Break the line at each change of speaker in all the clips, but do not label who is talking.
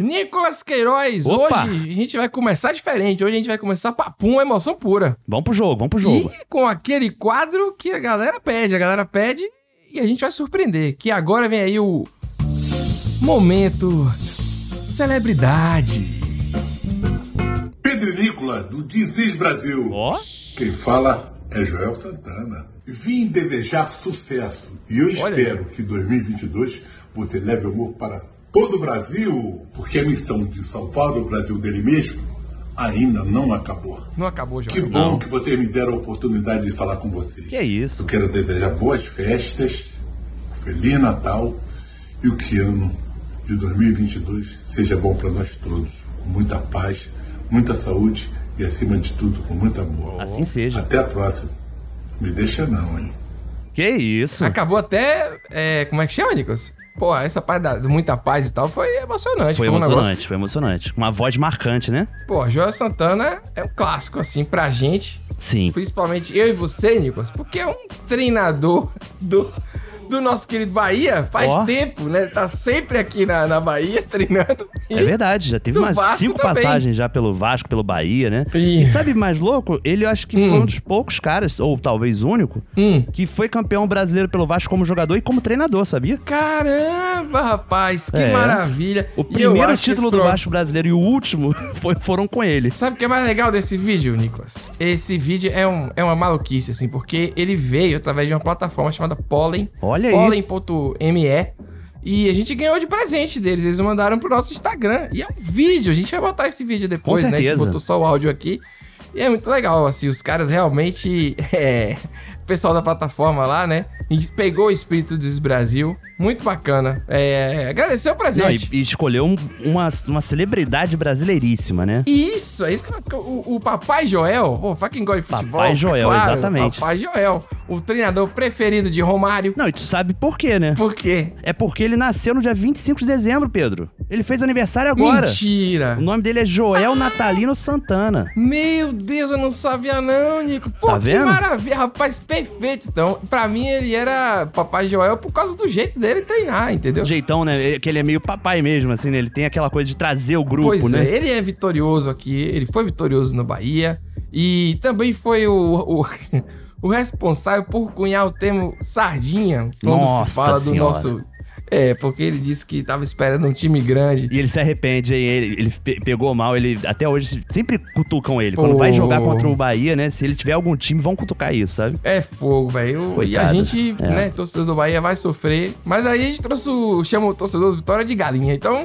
Nicolas Queiroz,
Opa!
hoje a gente vai começar diferente. Hoje a gente vai começar papum, emoção pura.
Vamos pro jogo, vamos pro jogo.
E com aquele quadro que a galera pede, a galera pede e a gente vai surpreender. Que agora vem aí o momento celebridade.
Pedrinícola do Dizes Brasil.
Ó,
Quem fala é Joel Santana. Vim desejar sucesso e eu
Olha aí.
espero que 2022 você leve amor para todo o Brasil, porque a missão de salvar o Brasil dele mesmo ainda não acabou.
Não acabou,
Que
Joel.
bom que vocês me deram a oportunidade de falar com vocês.
que é isso?
Eu quero desejar boas festas, feliz Natal e o que ano de 2022 seja bom para nós todos. Com muita paz, muita saúde e, acima de tudo, com muito amor.
Assim seja.
Até a próxima. Me deixa não, hein?
Que isso?
Acabou até. é, como é que chama, Nicolas? Pô, essa parte da, de muita paz e tal foi emocionante.
Foi
um negócio-
emocionante, foi emocionante. Uma voz marcante, né?
Pô, Joel Santana é um clássico, assim, pra gente.
Sim.
Principalmente eu e você, Nicolas, porque é um treinador do, do nosso querido Bahia faz
Ó.
tempo, né? Tá sempre aqui na, na Bahia treinando. E
É verdade, já teve
do
umas
Vasco
cinco
também. né?
passagens já pelo Vasco, pelo Bahia, né?
Ih.
E sabe mais louco? Ele eu acho que foi um dos poucos caras, ou talvez único,
Hum.
que foi campeão brasileiro pelo Vasco como jogador e como treinador, sabia?
Caramba, rapaz, que
É.
maravilha.
O
E eu
primeiro
acho
título
esse
do
pro-
Vasco brasileiro e o último foi- foram com ele.
Sabe o que é mais legal desse vídeo, Nicolas? Esse vídeo é, um, é uma maluquice, assim, porque ele veio através de uma plataforma chamada Pollen.
Olha aí.
Pollen.me. E a gente ganhou de presente deles. Eles mandaram pro nosso Instagram. E é um vídeo. A gente vai botar esse vídeo depois,
Com
né? A gente
certeza.
botou só o áudio aqui. E é muito legal, assim. Os caras realmente. é, o pessoal da plataforma lá, né? e Pegou o espírito desse Brasil. Muito bacana. É, agradecer o presente.
Não, e, e escolheu um- uma, uma celebridade brasileiríssima, né?
Isso, é isso que eu- o, o Papai Joel, pô, pra quem gosta de
Papai
futebol.
Joel, exatamente.
Papai Joel, o treinador preferido de Romário.
Não, e tu sabe por quê, né?
Por quê?
É porque ele nasceu no dia 25 de dezembro, Pedro. Ele fez aniversário agora.
Mentira!
O nome dele é Joel Natalino Santana.
Meu Deus, eu não sabia não, Nico. Pô,
Tá
que
vendo?
maravilha, rapaz, perfeito. Então, pra mim ele era Papai Joel por causa do jeito dele treinar, entendeu?
Do jeitão, né? Que ele é meio papai mesmo, assim, né? Ele tem aquela coisa de trazer o grupo,
pois
né?
é, ele é vitorioso aqui, ele foi vitorioso no Bahia e também foi o, o, o responsável por cunhar o termo sardinha quando é se
Nossa
fala do
Senhora.
nosso. É, porque ele disse que tava esperando um time grande.
E ele se arrepende, hein? Ele, ele pe- pegou mal, ele até hoje sempre cutucam ele.
Pô.
Quando vai jogar contra o Bahia, né? Se ele tiver algum time, vão cutucar isso, sabe?
É fogo, velho. E a
Coitado.
gente,
É.
né, torcedor do Bahia vai sofrer. Mas aí a gente trouxe o. chama o torcedor do Vitória de galinha. Então,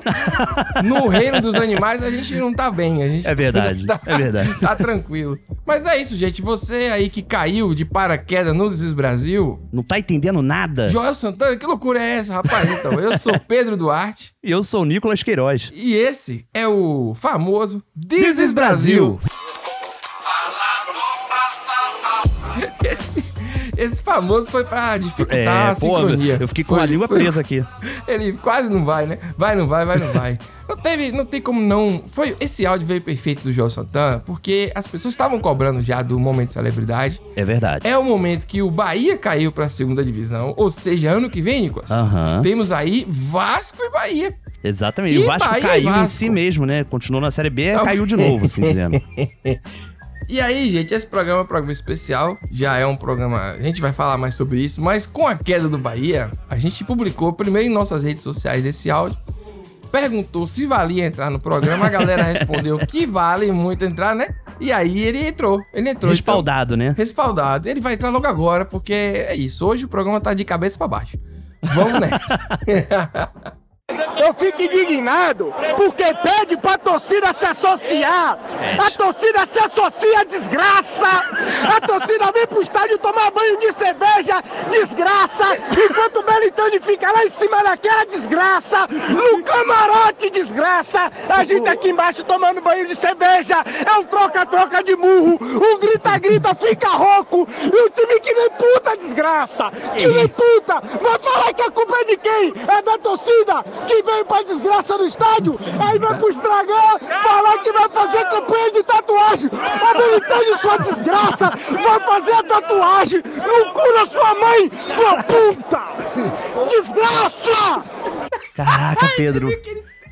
no reino dos animais, a gente não tá bem. A gente
É verdade,
tá-
é verdade.
Tá tranquilo. Mas é isso, gente. Você aí que caiu de paraquedas no Desis Brasil,
Não tá entendendo nada?
Joel Santana, que loucura é essa, rapaz? Então, eu sou Pedro Duarte
E Eu sou o Nicolas Queiroz.
e esse é o famoso This is Brasil. Esse, esse famoso foi pra dificultar a
É, pô,
sincronia.
eu fiquei com
Foi-
a língua
foi-
presa aqui.
Ele quase não vai, né? Vai, não vai, vai, não vai. Não teve, não tem como não. Foi esse áudio veio perfeito do Joel Santana, porque as pessoas estavam cobrando já do momento de celebridade.
É verdade.
É o momento que o Bahia caiu pra segunda divisão, ou seja, ano que vem, Nicolas.
Aham.
Temos aí Vasco e Bahia.
Exatamente.
E
o Vasco
Bahia e
caiu em
Vasco?
si mesmo, né? Continuou na Série B,
Ah,
caiu de novo, assim dizendo.
E aí, gente, esse programa é um programa especial. Já é um programa. A gente vai falar mais sobre isso, mas com a queda do Bahia, a gente publicou primeiro em nossas redes sociais esse áudio. Perguntou se valia entrar no programa, a galera respondeu que vale muito entrar, né? E aí ele entrou. Ele entrou. então-
Respaldado, né?
Respaldado. Ele vai entrar logo agora, porque é isso. Hoje o programa tá de cabeça pra baixo. Vamos nessa.
Eu fico indignado porque pede pra torcida se associar. A torcida se associa à desgraça. A torcida vem pro estádio tomar banho de cerveja, desgraça. Enquanto o Belintani fica lá em cima daquela desgraça, no camarote, desgraça. A gente aqui embaixo tomando banho de cerveja. É um troca-troca de murro. Um grita-grita, fica rouco. E o time que nem puta, desgraça. Que nem
isso?
puta puta! Vai falar que a culpa é de quem? É da torcida que veio pra desgraça no estádio, aí vai pro estragar, falar que vai fazer campanha de tatuagem. Habilitando sua desgraça, vai fazer a tatuagem no cu da sua mãe, sua puta! Desgraça!
Caraca, Pedro.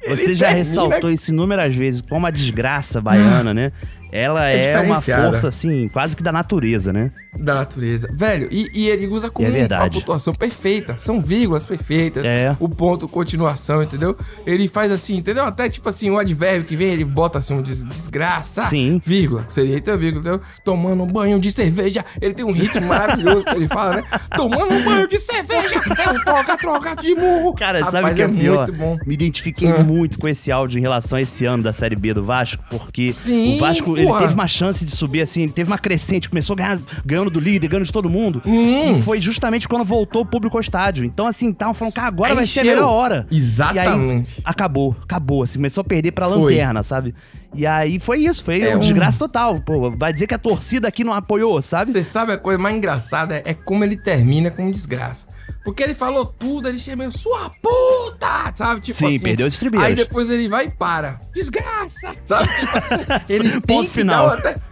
Você já
termina-
ressaltou isso inúmeras vezes, como a desgraça baiana, né? Ela
É
é, uma
diferenciada.
força, assim, quase que da natureza, né?
da natureza. Velho, e, e ele usa com
É
a
verdade.
pontuação perfeita. São vírgulas perfeitas.
É.
O ponto, continuação, entendeu? Ele faz assim, entendeu? Até tipo assim, um advérbio que vem, ele bota assim um des- desgraça.
Sim.
Vírgula. Seria então vírgula, entendeu? Tomando um banho de cerveja. Ele tem um ritmo maravilhoso que ele fala, né? Tomando um banho de cerveja. É um troca-troca de murro.
Cara, sabe o
Rapaz,
que é, pior?
muito bom.
Me identifiquei
Ah.
muito com esse áudio em relação a esse ano da Série B do Vasco, porque
Sim,
o Vasco ele
porra.
teve uma chance de subir, assim, ele teve uma crescente, começou ganhar- ganhando do líder, ganhando de todo mundo.
Hum.
E foi justamente quando voltou o público ao estádio. Então, assim, estavam falando, cara, agora
Aí
vai ser a
encheu.
melhor hora.
Exatamente.
E aí, acabou, acabou, assim, começou a perder pra
Foi.
lanterna, sabe? E aí foi isso, foi
É
um
um-
desgraça total. Pô, vai dizer que a torcida aqui não apoiou, sabe?
Você sabe a coisa mais engraçada é como ele termina com desgraça. Porque ele falou tudo, ele chega meio, sua puta! Sabe? Tipo
Sim,
assim.
perdeu os estribeiros.
Aí depois ele vai e para. Desgraça! Sabe? Tipo assim, ele tem
um Ponto
que
final.
dar uma-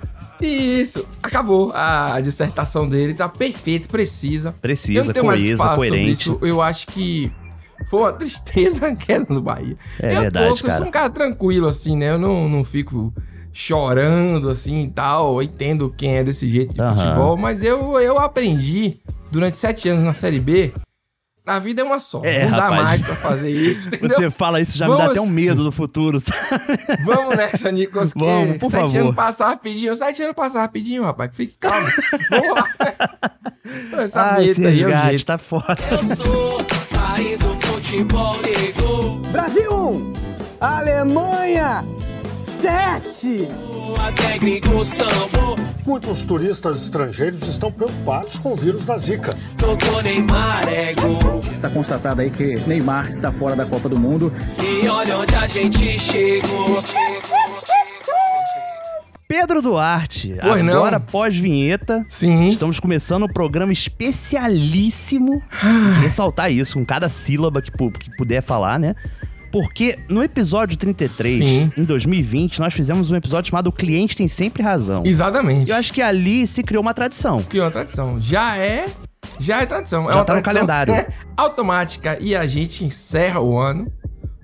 Isso, acabou. A dissertação dele tá perfeita, precisa.
Precisa,
Eu não tenho mais o que
coesa,
falar sobre
coerente.
isso. Eu acho que foi uma tristeza a queda do Bahia.
É
eu
verdade,
torço, eu
cara.
sou um cara tranquilo, assim, né? Eu não, não fico chorando, assim, e tal. Eu entendo quem é desse jeito de
Aham.
futebol, mas eu, eu aprendi durante sete anos na Série B, a vida é uma só.
É,
não dá
rapaz.
mais pra fazer isso, entendeu?
Você fala isso, já me dá
Vamos-
até um medo do futuro, sabe?
Vamos nessa, Nicolas, que
Vamos, por
sete
favor.
anos passar rapidinho. Sete anos passar rapidinho, rapaz. Fique calmo. Vamos lá. Essa
Ai, Ah, esse
vinheta aí é o
resgate
jeito.
tá foda.
Brasil 1, Alemanha 7.
Muitos turistas estrangeiros estão preocupados com o vírus da Zika.
Está constatado aí que Neymar está fora da Copa do Mundo.
Pedro Duarte,
Pois não.
agora pós-vinheta.
Sim.
Estamos começando um programa especialíssimo.
Ah.
Tem que ressaltar isso com cada sílaba que, pu- que puder falar, né? Porque no episódio 33,
Sim.
em 2020, nós fizemos um episódio chamado O Cliente Tem Sempre Razão.
Exatamente.
Eu acho que ali se criou uma tradição.
criou uma tradição. Já é. Já é tradição. é
Já
uma
tá no
tradição
calendário.
automática. E a gente encerra o ano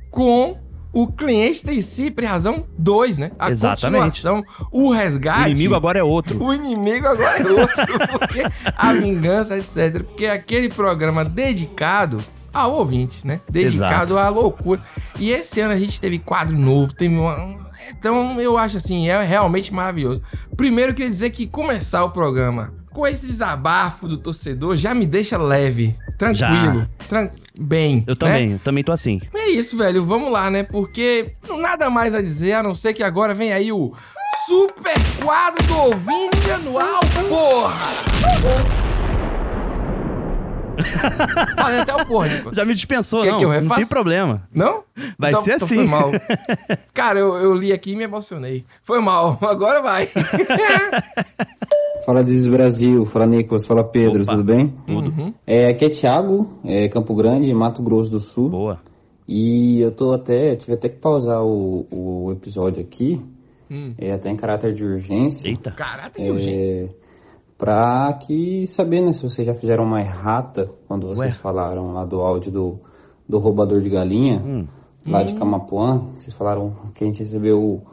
com o cliente tem sempre razão 2, né? A
Exatamente.
continuação, o
O
resgate.
inimigo agora é outro.
O inimigo agora é outro, porque a vingança, etc. Porque é aquele programa dedicado ao ouvinte, né? Dedicado à loucura. E esse ano a gente teve quadro novo, teve uma. Então eu acho assim, é realmente maravilhoso. Primeiro eu queria dizer que começar o programa com esse desabafo do torcedor já me deixa leve, tranquilo, tran- bem.
Eu
né?
também, eu também tô assim.
É isso, velho. Vamos lá, né? Porque não nada mais a dizer, a não ser que agora vem aí o super quadro do ouvinte anual, porra! Falei até o porra, Nicolas.
Já me dispensou,
Quer
não.
que eu
não tem
refaça?
problema.
Não? Então
Vai ser
Foi
assim.
mal. Cara, eu, eu li aqui e me emocionei. Foi mal, agora vai.
Fala Desis Brasil, fala Nicolas, fala Pedro,
Opa. Hum.
tudo bem?
Tudo.
É, aqui é Thiago, é Campo Grande, Mato Grosso do Sul.
Boa.
E eu tô até, tive até que pausar o, o episódio aqui, é, até em caráter de urgência, É.
Eita.
Hum. Caráter de urgência.
pra que saber, né, se vocês já fizeram uma errata quando vocês
Ué.
falaram lá do áudio do, do roubador de galinha,
Hum.
lá de Camapuã, vocês falaram que a gente recebeu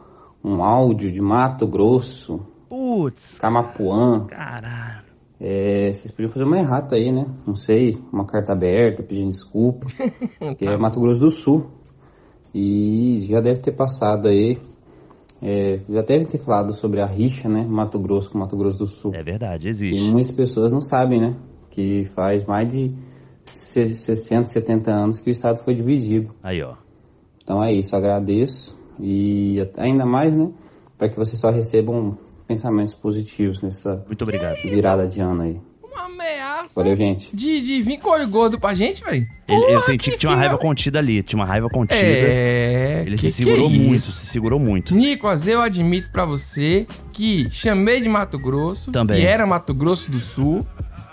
um áudio de Mato Grosso,
Putz,
Camapuã,
caralho.
É, vocês podiam fazer uma errata aí, né? Não sei, uma carta aberta, pedindo desculpa, que é Mato Grosso do Sul. E já deve ter passado aí, é, já deve ter falado sobre a rixa, né? Mato Grosso com Mato Grosso do Sul.
É verdade,
E
existe.
muitas pessoas não sabem, né? Que faz mais de se- 60, 70 anos que o estado foi dividido.
Aí, ó.
Então é isso, agradeço e ainda mais, né? Para que vocês só recebam pensamentos positivos nessa
Muito obrigado.
virada de ano aí.
Uma ameaça
Valeu, gente.
de, de vir com olho gordo pra gente, velho.
Ele- eu
Porra,
senti que tinha uma
filha-
raiva contida ali, tinha uma raiva contida.
É.
Ele
que-
se segurou
que é
muito,
isso?
se segurou muito.
Nicolas, eu admito pra você que chamei de Mato Grosso
Também.
e era Mato Grosso do Sul.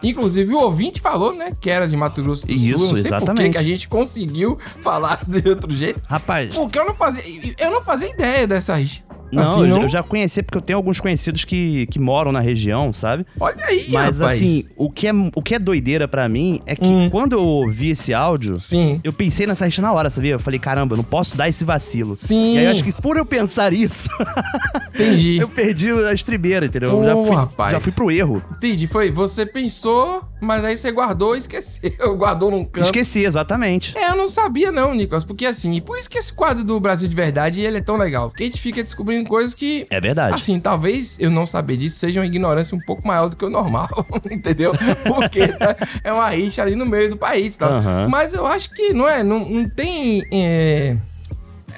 Inclusive, o ouvinte falou, né, que era de Mato Grosso do
Isso,
Sul. Não sei por que
exatamente.
que a gente conseguiu falar de outro jeito.
Rapaz,
Porque eu não fazia, eu não fazia ideia dessa rixa.
Não,
Assim,
eu,
não?
eu já conheci porque eu tenho alguns conhecidos que, que moram na região, sabe?
Olha aí,
Mas
rapaz. Hum.
assim, o que, é, o que é doideira pra mim é que quando eu ouvi esse áudio,
Sim.
eu pensei nessa gente na hora, sabia? Eu falei, caramba, eu não posso dar esse vacilo.
Sim.
E aí eu acho que por eu pensar isso,
Entendi.
eu perdi a estribeira, entendeu?
Pô,
eu já fui,
rapaz.
já fui pro erro.
Entendi. Foi, você pensou, mas aí você guardou e esqueceu. Guardou num canto.
Esqueci, exatamente.
É, eu não sabia não, Nicolas, porque assim, e por isso que esse quadro do Brasil de Verdade, ele é tão legal, porque a gente fica descobrindo coisas que...
É verdade.
Assim, talvez eu não saber disso seja uma ignorância um pouco maior do que o normal, entendeu? Porque tá, é uma rixa ali no meio do país, tá?
Aham.
Mas eu acho que, não é, não, não tem... é,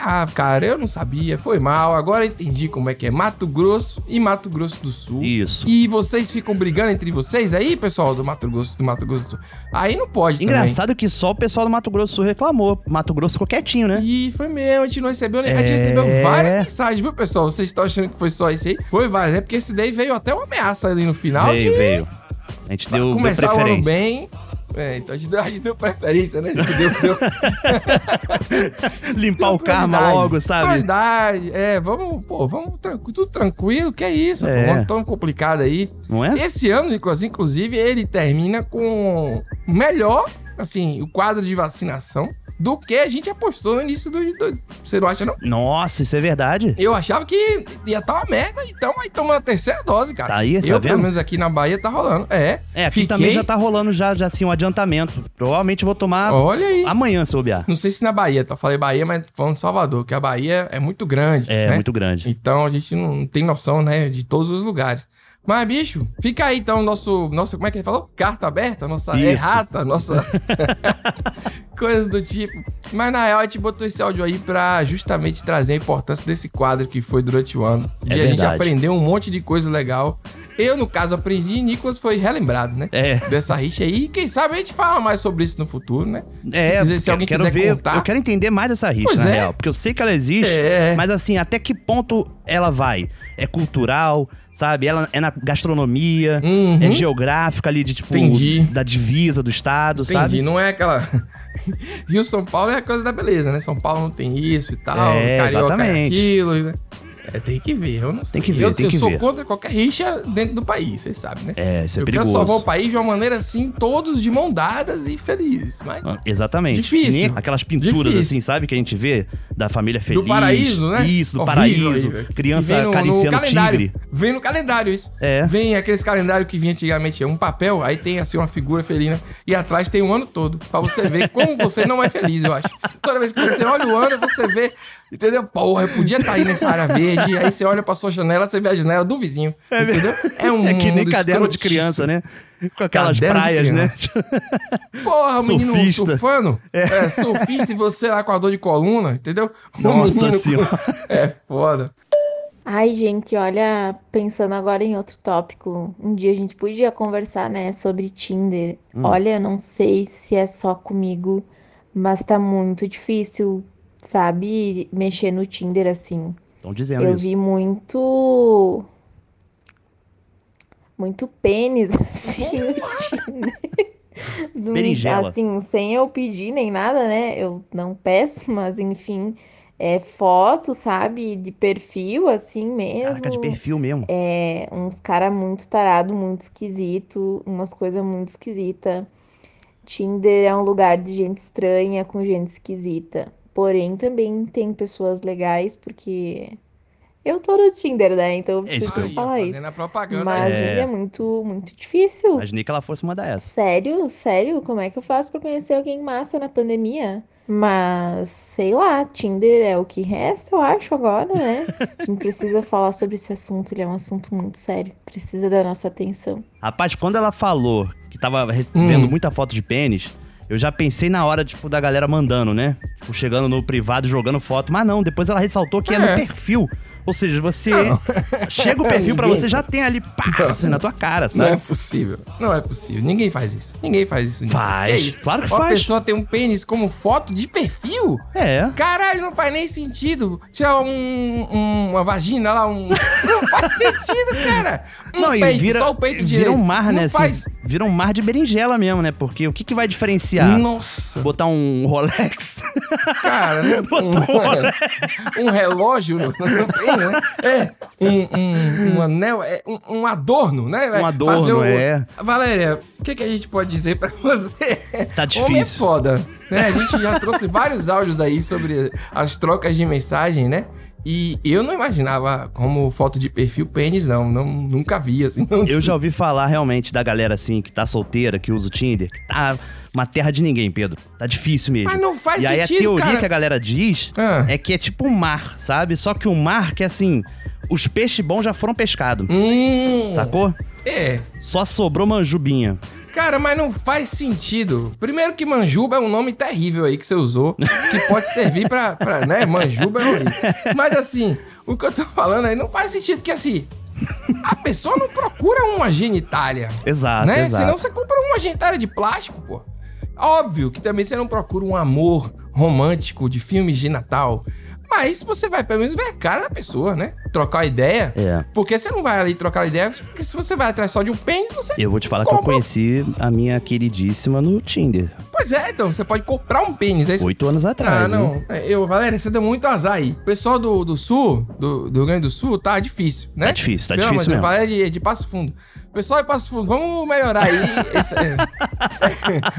Ah, cara, eu não sabia, foi mal, agora eu entendi como é que é Mato Grosso e Mato Grosso do Sul.
Isso.
E vocês ficam brigando entre vocês aí, pessoal do Mato Grosso, do Mato Grosso do Sul. Aí não pode também.
Engraçado que só o pessoal do Mato Grosso do Sul reclamou. Mato Grosso ficou quietinho, né?
E foi mesmo, a gente não recebeu nem. A gente
É.
recebeu várias mensagens, viu, pessoal? Vocês estão achando que foi só isso aí? Foi várias. É porque esse daí veio até uma ameaça ali no final
veio,
de
veio. A gente deu, deu
começar o ano
preferência.
bem. É, então a gente, deu, a gente deu preferência, né? Deu, deu,
Limpar o karma
prioridade.
logo, sabe?
Prioridade. É, vamos, pô, vamos tranqu- tudo tranquilo, que é isso,
É.
pô, um ano tão complicado aí.
Não é?
Esse ano, Nicolas, inclusive, ele termina com o melhor, assim, o quadro de vacinação do que a gente apostou no início do... do você não acha, não?
Nossa, isso é verdade?
Eu achava que ia estar uma merda, então aí toma a terceira dose, cara.
Tá aí, tá
Eu, pelo
vendo?
menos aqui na Bahia, tá rolando. É.
É, aqui também já tá rolando já, já assim um adiantamento. Provavelmente vou tomar
Olha aí.
amanhã, se bobear.
Não sei se na Bahia, tá? Eu Falei Bahia, mas tô falando de Salvador, porque a Bahia é muito grande.
É,
né?
muito grande.
Então a gente não tem noção, né, de todos os lugares. Mas, bicho, fica aí então o nosso. Nossa, como é que ele falou? Carta aberta, nossa
Isso.
errata, nossa. Coisas do tipo. Mas na real, a gente botou esse áudio aí pra justamente trazer a importância desse quadro que foi durante o ano.
É
e a gente
verdade.
aprendeu um monte de coisa legal. Eu, no caso, aprendi e Nicolas foi relembrado, né?
É.
Dessa rixa aí. E quem sabe a gente fala mais sobre isso no futuro, né?
É,
se, quiser- se
eu
alguém
quero
quiser
ver,
contar.
eu quero entender mais dessa rixa,
Pois
na
é.
real. Porque eu sei que ela existe,
É.
mas assim, até que ponto ela vai? É cultural, sabe? Ela é na gastronomia,
Uhum.
é geográfica ali, de tipo,
Entendi.
da divisa do estado,
Entendi,
sabe?
não é aquela. Rio São Paulo é a coisa da beleza, né? São Paulo não tem isso e tal,
É,
carioca é
exatamente.
aquilo, né? É, tem que ver, eu não sei.
que ver,
eu,
tem
eu
que
sou
ver.
contra qualquer rixa dentro do país, vocês sabem, né?
É, isso é
eu
perigoso.
quero salvar o país de uma maneira assim, todos de mão dadas e felizes, mas.
Ah, Exatamente.
Difícil.
Que nem Aquelas pinturas,
Difícil.
assim, sabe? Que a gente vê da família feliz.
Do paraíso, né?
Isso, do
Horrível,
paraíso.
horrível. Que
Criança
vem no- no
acariciando
calendário.
tigre.
Vem no calendário isso.
É.
Vem aqueles calendários que vinha antigamente, é um papel, aí tem assim uma figura felina e atrás tem um ano todo, Pra você ver como você não é feliz, eu acho. Toda vez que você olha o ano, você vê, entendeu? Porra, eu podia estar aí nessa área verde, aí você olha pra sua janela, você vê a janela do vizinho, entendeu? um
É, que nem
mundo
caderno de
escrotíssimo.
criança, né? Com aquelas
Caderno de
praias, né?
Porra, o menino
Surfista.
surfando. É. surfista e você lá com a dor de coluna, entendeu? O
Nossa
menino com-
Senhora.
É foda.
Ai, gente, olha, pensando agora em outro tópico, um dia a gente podia conversar, né, sobre Tinder.
Hum.
Olha, eu não sei se é só comigo, mas tá muito difícil, sabe, mexer no Tinder assim.
Estão dizendo
Eu
isso.
vi muito. Muito pênis, assim, no Tinder. Do-
Berinjela.
Assim, sem eu pedir nem nada, né? Eu não peço, mas enfim, é foto, sabe? De perfil, assim
Caraca, de
mesmo.
perfil mesmo.
É, uns cara muito tarado, muito esquisito, umas coisas muito esquisita. Tinder é um lugar de gente estranha com gente esquisita. Porém, também tem pessoas legais, porque eu tô no Tinder, né? Então eu
É isso
preciso
que eu-
falar
fazendo
isso.
a propaganda.
Mas,
É.
gente, é muito, muito difícil.
Imaginei que ela fosse uma dessas.
Sério, sério, como é que eu faço pra conhecer alguém massa na pandemia? Mas, sei lá, Tinder é o que resta, eu acho, agora, né? A gente precisa falar sobre esse assunto, ele é um assunto muito sério, precisa da nossa atenção.
Rapaz, quando ela falou que tava re-
Hum.
vendo muita foto de pênis, eu já pensei na hora, tipo, da galera mandando, né? Tipo, chegando no privado, jogando foto. Mas não, depois ela ressaltou que é,
É.
no perfil. Ou seja, você chega o perfil pra
Ninguém-
você, já tem ali, pá,
Não.
assim, na tua cara,
Não é
sabe?
possível. Não é possível. Ninguém faz isso. Ninguém faz isso.
Faz.
Que isso?
Claro que
Uma
faz.
pessoa tem um pênis como foto de perfil?
É.
Caralho, não faz nem sentido. Tirar um- um- uma vagina lá, um. Não faz sentido, cara. Um
Não, e vira-
só o peito
vira
direito.
um mar,
não
né,
Faz,
assim. vira um mar de berinjela mesmo, né? Porque o que, que vai diferenciar?
Nossa!
Botar um Rolex?
Cara, né? um, um relógio não, não tem, né? É, um, um, um anel, é um, um adorno, né?
Um adorno, é.
Valéria, o que, que a gente pode dizer pra você?
Tá
Homem é
difícil.
foda, né? A gente já trouxe vários áudios aí sobre as trocas de mensagem, né? E eu não imaginava como foto de perfil pênis, não. não nunca vi, assim. Não
Eu já ouvi falar realmente da galera assim que tá solteira, que usa o Tinder, que tá uma terra de ninguém, Pedro. Tá difícil mesmo.
Mas não faz
E aí
sentido,
a teoria
cara.
que a galera diz
Ah.
é que é tipo um mar, sabe? Só que o mar que é assim, os peixes bons já foram pescados.
Hum,
Sacou?
é.
Só sobrou manjubinha.
Cara, mas não faz sentido. Primeiro que Manjuba é um nome terrível aí que você usou, que pode servir pra, pra, né? Manjuba é horrível. Mas assim, o que eu tô falando aí não faz sentido, porque assim, a pessoa não procura uma genitália,
Exato,
né?
exato.
Senão você compra uma genitália de plástico, pô. Óbvio que também você não procura um amor romântico de filmes de Natal, mas você vai pelo menos ver a cara da pessoa, né? Trocar uma ideia.
É.
Porque você não vai ali trocar ideia, porque se você vai atrás só de um pênis, você
Eu vou te falar que eu
compra
conheci a minha queridíssima no Tinder.
Pois é, então, você pode comprar um pênis, é isso.
Oito anos atrás.
Ah,
hein?
não. É, Eu, Valéria, você deu muito azar aí. O pessoal do, do sul, do, do Rio Grande do Sul, tá difícil, né?
Tá difícil, tá
Não,
difícil
mas
mesmo.
o Valéria é de, é de Passo Fundo. Pessoal de Passo Fundo, vamos melhorar aí esse-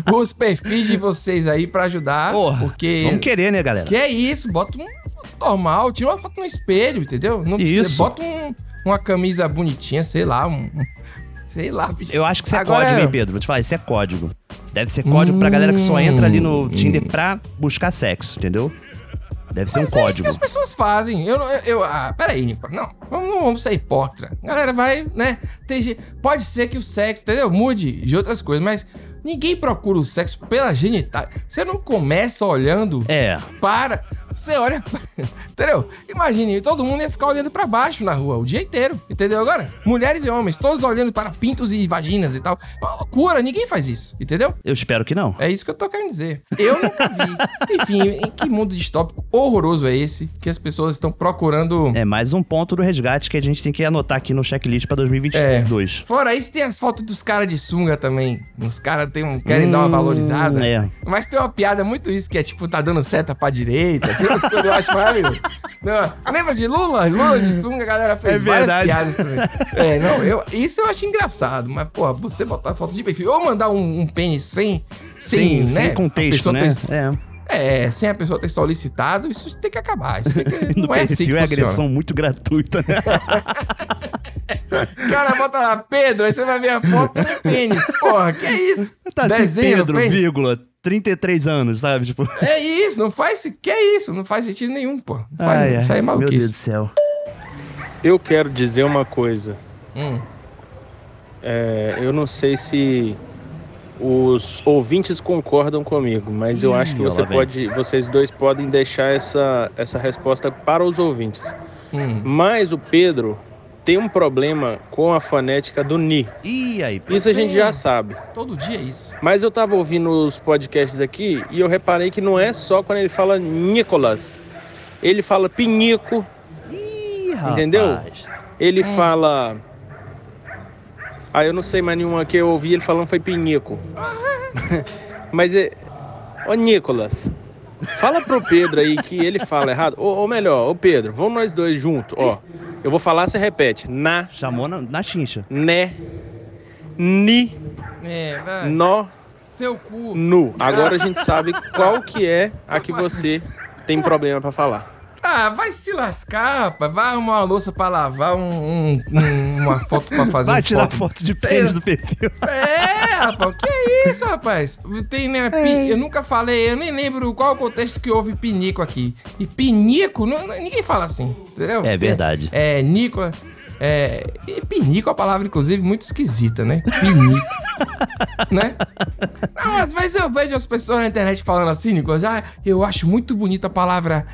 é, os perfis de vocês aí pra ajudar.
Porra,
porque.
Vamos querer, né, galera?
Que é isso, bota uma foto normal, tira uma foto no espelho, entendeu? Não
Isso.
Bota um- uma camisa bonitinha, sei lá, um. um- Sei lá, bicho.
Eu acho que isso é
Agora-
código, hein, Pedro? Vou te falar, isso é código. Deve ser código pra galera que
Hum.
só entra ali no Tinder pra buscar sexo, entendeu? Deve ser um
Mas é isso
código.
que as pessoas fazem. Eu não. Eu, eu- ah, peraí, Nico. Não, vamos, não vamos ser hipócrita. Galera, vai, né? Tem, ge- pode ser que o sexo, entendeu? Mude de outras coisas, mas ninguém procura o sexo pela genital. Você não começa olhando
É.
para. Você olha. pra- Entendeu? Imagine, todo mundo ia ficar olhando pra baixo na rua o dia inteiro. Entendeu agora? Mulheres e homens, todos olhando para pintos e vaginas e tal. É uma loucura, ninguém faz isso, entendeu?
Eu espero que não.
É isso que eu tô querendo dizer. Eu nunca vi. Enfim, em que mundo distópico horroroso é esse que as pessoas estão procurando?
É mais um ponto do resgate que a gente tem que anotar aqui no checklist pra 2022.
Fora isso, tem as fotos dos caras de sunga também. Os caras tem um- querem dar uma valorizada.
Hum, é.
Mas tem uma piada muito isso, que é tipo, tá dando seta pra direita. Tem umas coisas que eu acho maravilhoso. Não, lembra de Lula? Lula de sunga, a galera fez
É
várias
verdade.
piadas também. É, não, eu, isso eu acho engraçado. Mas, porra, você botar foto de perfil ou mandar um, um pênis sem, sem,
sem,
né?
sem
a
contexto,
pessoa
né?
ter-
É.
É, sem a pessoa ter solicitado, isso tem que acabar. Isso tem que,
No
não é assim que
perfil é,
funciona.
agressão muito gratuita, né?
O cara bota lá, Pedro, aí você vai ver a foto do pênis. Porra, que é isso?
Tá assim,
Desenho do
Pedro,
pênis?
vírgula, 33 anos, sabe? Tipo.
É isso, não faz, que é isso, não faz sentido nenhum, pô. Não faz,
Ai, ai,
isso aí é
Meu Deus do
maluquice.
céu.
Eu quero dizer uma coisa.
Hum.
É, eu não sei se os ouvintes concordam comigo, mas eu acho que
Ih,
você
lá vem.
pode, vocês dois podem deixar essa, essa resposta para os ouvintes.
Hum.
Mas o Pedro tem um problema com a fonética do ni.
Ih, aí, Pedro.
Isso a gente já sabe.
Todo dia é isso.
Mas eu tava ouvindo os podcasts aqui e eu reparei que não é só quando ele fala Nicolas. Ele fala pinico,
Ih, rapaz. É.
Entendeu? Ele
É.
fala. Ah, eu não sei mais nenhuma que eu ouvi ele falando foi Pinico. Mas é. Ô, Nicolas, fala pro Pedro aí que ele fala errado. Ou, ou melhor, ô Pedro, vamos nós dois juntos, ó. Eu vou falar, você repete. Na,
Chamou na, na chincha.
né, ni,
É, vai.
nó,
Seu cu.
nu. Agora a gente sabe qual que é a que você tem problema pra falar.
Ah, vai se lascar, rapaz. Vai arrumar uma louça pra lavar, um, um- um- uma foto pra fazer
Vai
um
tirar
foto.
foto de
Sei
pênis
lá.
do perfil.
É, rapaz, o que é isso, rapaz? Tem, né, pi- eu nunca falei, eu nem lembro qual o contexto que houve pinico aqui. E pinico, não- não- ninguém fala assim, entendeu?
É verdade.
É, é Nicola. É, e pinico é uma palavra, inclusive, muito esquisita, né? Pinico. né? Não, às vezes eu vejo as pessoas na internet falando assim, Nicolas, ah, eu acho muito bonita a palavra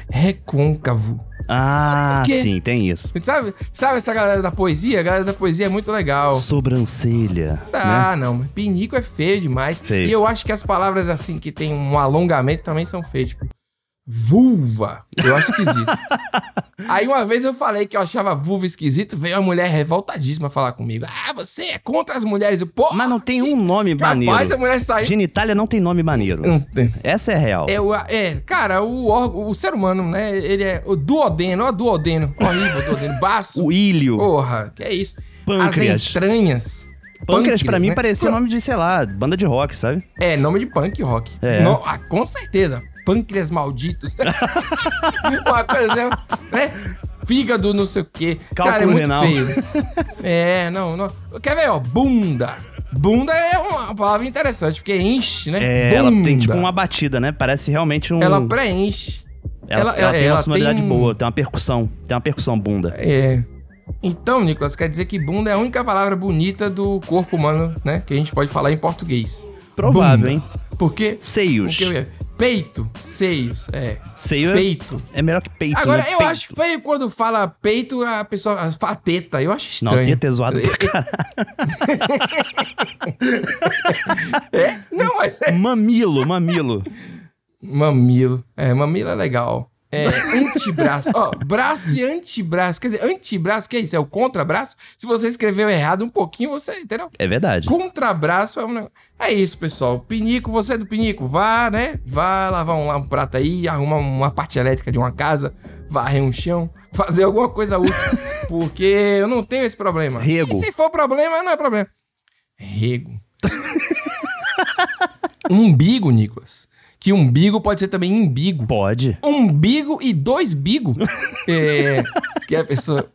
recôncavo.
Ah,
Quê?
sim, tem isso.
Sabe, sabe essa galera da poesia? A galera da poesia é muito legal.
Sobrancelha. né?
Ah, não, mas pinico é feio demais.
Feio.
E eu acho que as palavras assim que tem um alongamento também são feias. Tipo, vulva. Eu acho esquisito. Aí uma vez eu falei que eu achava vulva esquisito, veio uma mulher revoltadíssima falar comigo. Ah, você é contra as mulheres. Eu, Porra,
Mas não tem um nome maneiro.
Rapaz, a mulher saiu.
Genitália não tem nome maneiro.
Não tem.
Essa é real.
É, o- é, cara, o, órgão- o ser humano, né? Ele é o duodeno, ó, duodeno. Horrível, o duodeno. Baço.
O ilho.
Porra, que é isso?
Pâncreas.
As entranhas.
Pâncreas, pra mim,
né?
parecia o nome de, sei lá, banda de rock, sabe?
É, nome de punk rock.
É.
No- ah, com certeza. Pâncreas malditos. Tipo, Uma coisa assim, né? Fígado, não sei o quê.
Cálculo
Cara, é muito
renal.
feio. É, não, não. Quer ver, ó? Bunda. Bunda é uma palavra interessante, porque enche, né?
É,
Bunda.
ela tem tipo uma batida, né? Parece realmente um.
Ela preenche.
ela,
ela-
ela tem
ela
uma
tem
sonoridade
um-
boa, tem uma percussão. Tem uma percussão bunda.
É. Então, Nicolas, quer dizer que bunda é a única palavra bonita do corpo humano, né? Que a gente pode falar em português.
Provável,
Bunda.
hein?
Porque.
Seios.
porque eu ia- Peito, seios, é.
Seio é-
Peito.
é melhor que peito.
Agora,
né?
eu
Peito.
acho feio quando fala peito, a pessoa a- fala teta. Eu acho
Não,
estranho.
teta é zoado pra
Não, mas é.
Mamilo, mamilo.
Mamilo. É, mamilo é legal. É, antebraço. Ó, braço e antebraço. Quer dizer, antebraço, que é isso? É o contrabraço? Se você escreveu errado um pouquinho, você. Entendeu?
É verdade.
Contrabraço é um negócio. É isso, pessoal. Pinico, você é do Pinico, vá, né? Vá lavar um, lá um prato aí, arrumar uma parte elétrica de uma casa, varrer um chão, fazer alguma coisa útil. porque eu não tenho esse problema.
Rego.
E se for problema, não é problema. Rego. umbigo, Nicolas. Que umbigo pode ser também imbigo.
Pode.
Umbigo e dois bigo. é. Que a pessoa.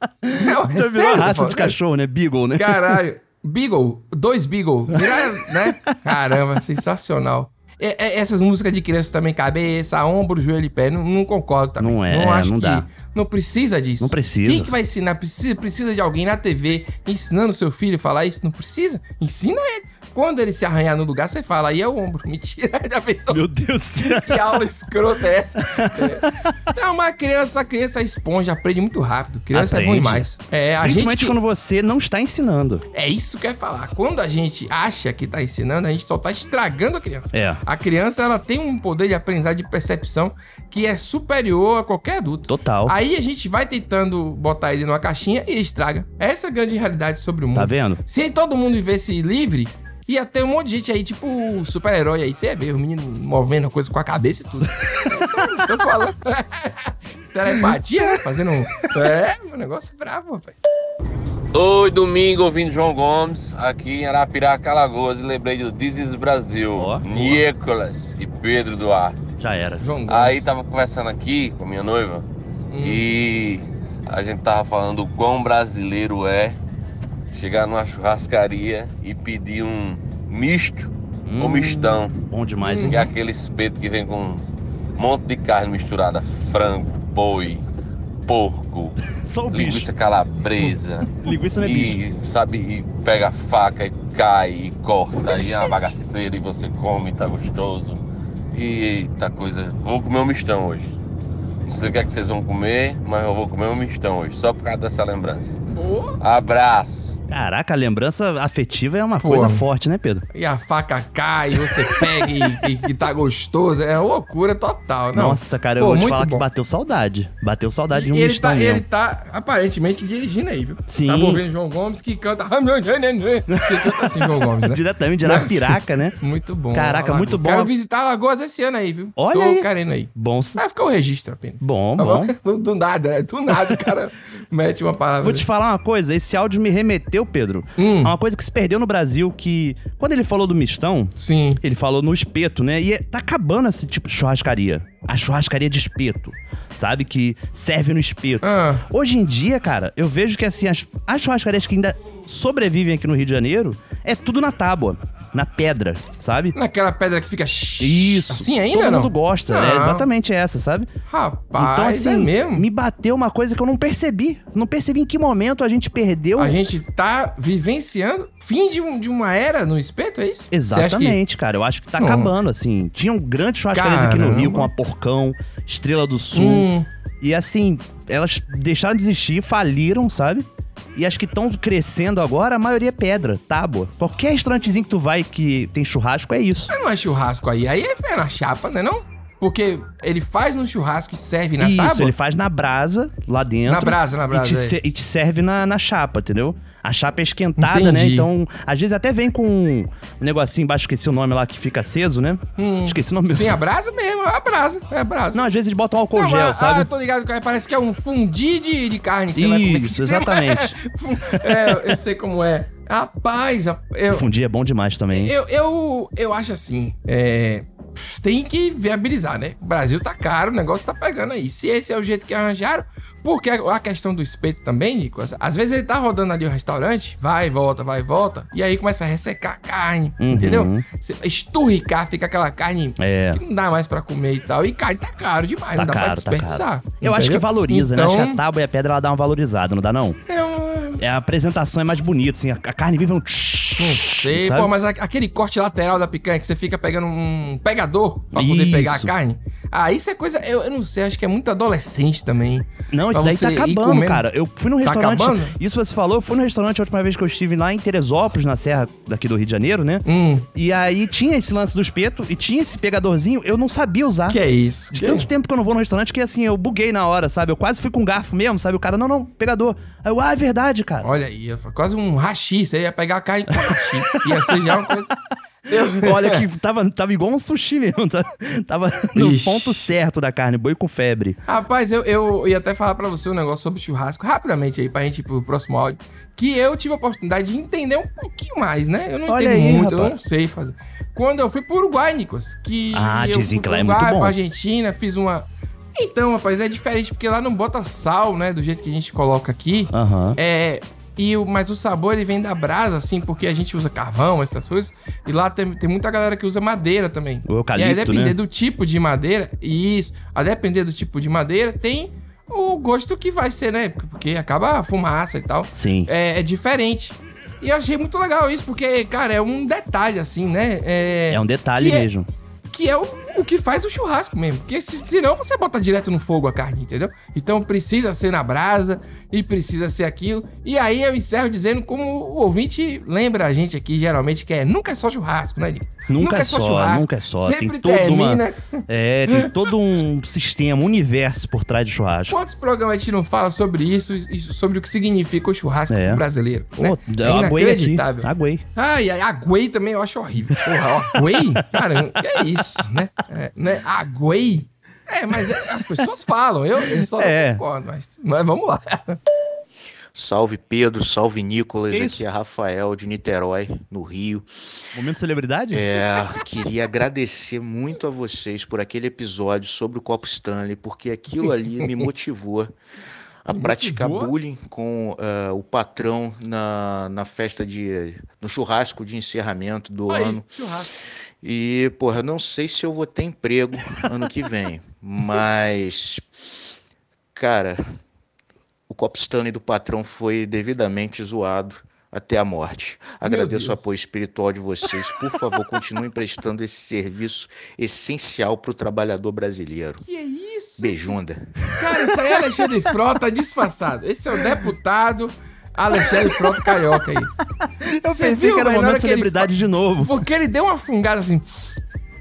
Não, é
Já virou
sério,
a raça
pô,
de
sério.
cachorro, né? Beagle, né?
Caralho. Beagle, dois Beagle. Viraram, né? Caramba, sensacional. É, é, essas músicas de criança também, cabeça, ombro, joelho e pé, não, não concordo também.
Não é, não dá.
Não precisa disso.
Não precisa.
Quem que vai ensinar? Precisa, precisa de alguém na TV ensinando seu filho a falar isso? Não precisa? Ensina ele. Quando ele se arranhar no lugar, você fala, aí é o ombro. Mentira, já pensou?
Meu Deus do céu.
Que aula escrota é essa? É. Não, uma criança, a criança é esponja, aprende muito rápido. Criança é bom
Aprende.
demais. É, a gente
Principalmente
que-
quando você não está ensinando.
é isso que eu ia falar. Quando a gente acha que tá ensinando, a gente só tá estragando a criança.
É.
A criança, ela tem um poder de aprendizagem de percepção que é superior a qualquer adulto.
Total.
Aí a gente vai tentando botar ele numa caixinha e estraga. Essa é a grande realidade sobre o mundo.
Tá vendo?
Se todo mundo vivesse livre, ia ter um monte de gente aí, tipo o super-herói aí. Você ia ver o menino movendo a coisa com a cabeça e tudo. É sério, Tô falando. Telepatia, né? Fazendo um... É, um negócio brabo, rapaz.
Oi, domingo, ouvindo João Gomes, aqui em Arapiraca, Alagoas, e lembrei do This is Brasil,
Ó.
Nicolas e Pedro Duarte.
Já era.
João Gomes. Hum.
Aí tava conversando aqui com a minha noiva e a gente tava falando o quão brasileiro é chegar numa churrascaria e pedir um misto ou
Hum.
mistão,
Bom demais, hein?
que é aquele espeto que vem com um monte de carne misturada, frango, boi, porco,
Só o bicho.
linguiça calabresa.
Linguiça não é bicho.
E, sabe, e pega a faca e cai e corta, e é uma bagaceira e você come, tá gostoso. E eita coisa. Vou comer um mistão hoje. Não sei o que é que vocês vão comer, mas eu vou comer um mistão hoje, só por causa dessa lembrança. Abraço!
Caraca, a lembrança afetiva é uma
Pô.
coisa forte, né, Pedro?
E a faca cai, você pega e, e- e tá gostoso. É loucura total. Não.
Nossa, cara, eu
Pô,
vou te
muito
falar que
bom.
bateu saudade. Bateu saudade de um
E ele
mistão
tá,
mesmo.
ele tá aparentemente dirigindo aí, viu?
Sim.
Tava ouvindo João Gomes que canta. Que canta assim, João Gomes, né?
Diretamente de Arapiraca, né?
Muito bom.
Caraca,
Alagoas.
muito bom.
Quero visitar Alagoas esse ano aí, viu?
Olha
Tô
aí.
querendo aí.
Bom, s-
Vai ficar o registro apenas.
bom,
Tá bom?
bom.
Do, do nada, né? Do nada o cara mete uma palavra.
Vou te falar uma coisa, esse áudio me remeteu, Pedro,
Hum.
a uma coisa que se perdeu no Brasil, que quando ele falou do mistão,
Sim.
ele falou no espeto, né? E é- tá acabando esse tipo de churrascaria. A churrascaria de espeto, sabe? Que serve no espeto.
Ah,
Hoje em dia, cara, eu vejo que assim, as, as churrascarias que ainda sobrevivem aqui no Rio de Janeiro é tudo na tábua, na pedra, sabe?
naquela pedra que fica.
Isso.
Assim ainda
Todo
não?
mundo gosta. É
Ah,
exatamente essa, sabe? Então, assim,
Rapaz, é mesmo?
me bateu uma coisa que eu não percebi. Não percebi em que momento a gente perdeu.
A gente tá vivenciando fim de, um- de uma era no espeto, é isso? Você acha que-
Exatamente, cara. Eu acho que tá
Não.
acabando, assim. Tinham grandes churrascarias aqui no
Caramba.
Rio, com a Porcão, Estrela do Sul.
Hum,
E assim, elas deixaram de existir, faliram, sabe? E as que estão crescendo agora, a maioria é pedra, tábua. Qualquer restaurantezinho que tu vai que tem churrasco é isso.
mas não é churrasco aí. Aí é na chapa, né? Não? Porque ele faz no churrasco e serve na
Isso,
tábua?
ele faz na brasa, lá dentro.
Na brasa, na brasa,
E te,
é.
se- e te serve na, na chapa, entendeu? A chapa é esquentada, né?
Entendi.
Então, às vezes até vem com um negocinho embaixo, esqueci o nome lá, que fica aceso, né?
Hum.
Esqueci o nome
Sim, a brasa mesmo, a brasa, é a brasa.
Não, às vezes eles botam álcool
Não,
gel,
ah,
sabe?
Ah, tô ligado, cara, parece que é um fundi de, de carne que você vai comer.
Isso, exatamente.
é, eu- eu sei como é. Rapaz, a- eu,
Fundir é bom demais também.
eu, eu, eu acho assim, é, tem que viabilizar, né? O Brasil tá caro, o negócio tá pegando aí. Se esse é o jeito que arranjaram, porque a questão do espeto também, Nicolas, às vezes ele tá rodando ali o restaurante, vai, volta, vai, volta, e aí começa a ressecar a carne,
Uhum.
entendeu? Você esturricar, fica aquela carne
É.
que não dá mais pra comer e tal. E carne tá caro demais,
Tá
não dá pra
caro, tá caro.
desperdiçar.
Eu acho que
entendeu?
valoriza, né? Acho que a
então,
tábua e a pedra ela dá uma valorizada, não dá não?
É um...
É, a apresentação é mais bonita, assim, a, a carne vive um... Não
Sei, pô, mas a- aquele corte lateral da picanha que você fica pegando um pegador pra poder
Isso.
pegar a carne. Ah, isso é coisa. Eu, eu não sei, acho que é muito adolescente também.
Não, isso
Pra
daí tá
você ir
acabando,
comendo.
cara. Eu fui num
Tá
restaurante.
acabando?
isso você falou, eu fui num restaurante a última vez que eu estive lá em Teresópolis, na serra daqui do Rio de Janeiro, né?
Hum.
E aí tinha esse lance do espeto e tinha esse pegadorzinho, eu não sabia usar.
Que é isso?
De
Que-
tanto tempo que eu não vou no restaurante que assim, eu buguei na hora, sabe? Eu quase fui com um garfo mesmo, sabe? O cara, não, não, pegador. Aí eu, ah, é verdade, cara.
Olha aí, eu- quase um rachi. Você ia pegar a carne com rachi. Ia ser já uma coisa. Eu-
Olha que tava, tava igual um sushi mesmo, tá? tava no
Ixi.
ponto certo da carne, boi com febre.
Rapaz, eu, eu ia até falar pra você um negócio sobre churrasco, rapidamente aí, pra gente ir pro próximo áudio. Que eu tive a oportunidade de entender um pouquinho mais, né? Eu não
Olha
entendo
aí,
muito, eu
rapaz.
não sei fazer. Quando eu fui pro Uruguai, Nicolas, que.
Ah,
eu
dizem
fui
que
pro
lá é muito
Uruguai,
bom.
pra Argentina, fiz uma. Então, rapaz, é diferente, porque lá não bota sal, né? Do jeito que a gente coloca aqui.
Aham.
É. E o, mas o sabor ele vem da brasa, assim, porque a gente usa carvão, essas coisas. E lá tem, tem muita galera que usa madeira também.
O
e
eucalipto,
aí, depender
né?
do tipo de madeira, e isso, a depender do tipo de madeira, tem o gosto que vai ser, né? Porque acaba a fumaça e tal.
Sim.
É, é diferente. E eu achei muito legal isso, porque, cara, é um detalhe, assim, né? É,
É, um detalhe
que é-
mesmo.
que é o, o que faz o churrasco mesmo. Porque se, senão você bota direto no fogo a carne, entendeu? Então precisa ser na brasa e precisa ser aquilo. E aí eu encerro dizendo como o ouvinte lembra a gente aqui, geralmente, que é nunca é só churrasco, né, Nico?
Nunca, é só, nunca é só.
Sempre
tem toda
termina.
uma. É, tem todo um sistema, um universo por trás de churrasco.
Quantos programas a gente não fala sobre isso, isso sobre o que significa o churrasco
É.
pro brasileiro?
Pô,
né?
eu aguei aqui.
inacreditável.
Aguei.
Ai, ai, aguei também eu acho horrível. Porra, aguei? Caramba, que é isso, né? É, né? Aguei? É, mas é- as pessoas falam, eu, eu só
É.
não concordo, mas, mas vamos lá.
Salve Pedro, salve Nicolas,
Que isso?
aqui é Rafael de Niterói, no Rio.
Momento de celebridade?
É, queria agradecer muito a vocês por aquele episódio sobre o Copo Stanley, porque aquilo ali me motivou a
Me
praticar
motivou?
bullying com ah, o patrão na, na festa de. no churrasco de encerramento do ano.
Aí, churrasco.
E, porra, eu não sei se eu vou ter emprego ano que vem, mas. Cara, o copo Stanley do patrão foi devidamente zoado até a morte. Agradeço o
Deus.
apoio espiritual de vocês. Por favor, continuem prestando esse serviço essencial para o trabalhador brasileiro.
Que é isso?
Beijunda.
Cara, isso aí é Alexandre Frota disfarçado. Esse é o deputado Alexandre Frota Carioca aí.
Eu
Você
pensei que
velho,
era
na
momento
hora
de
que ele
celebridade de novo.
Porque ele deu uma fungada assim.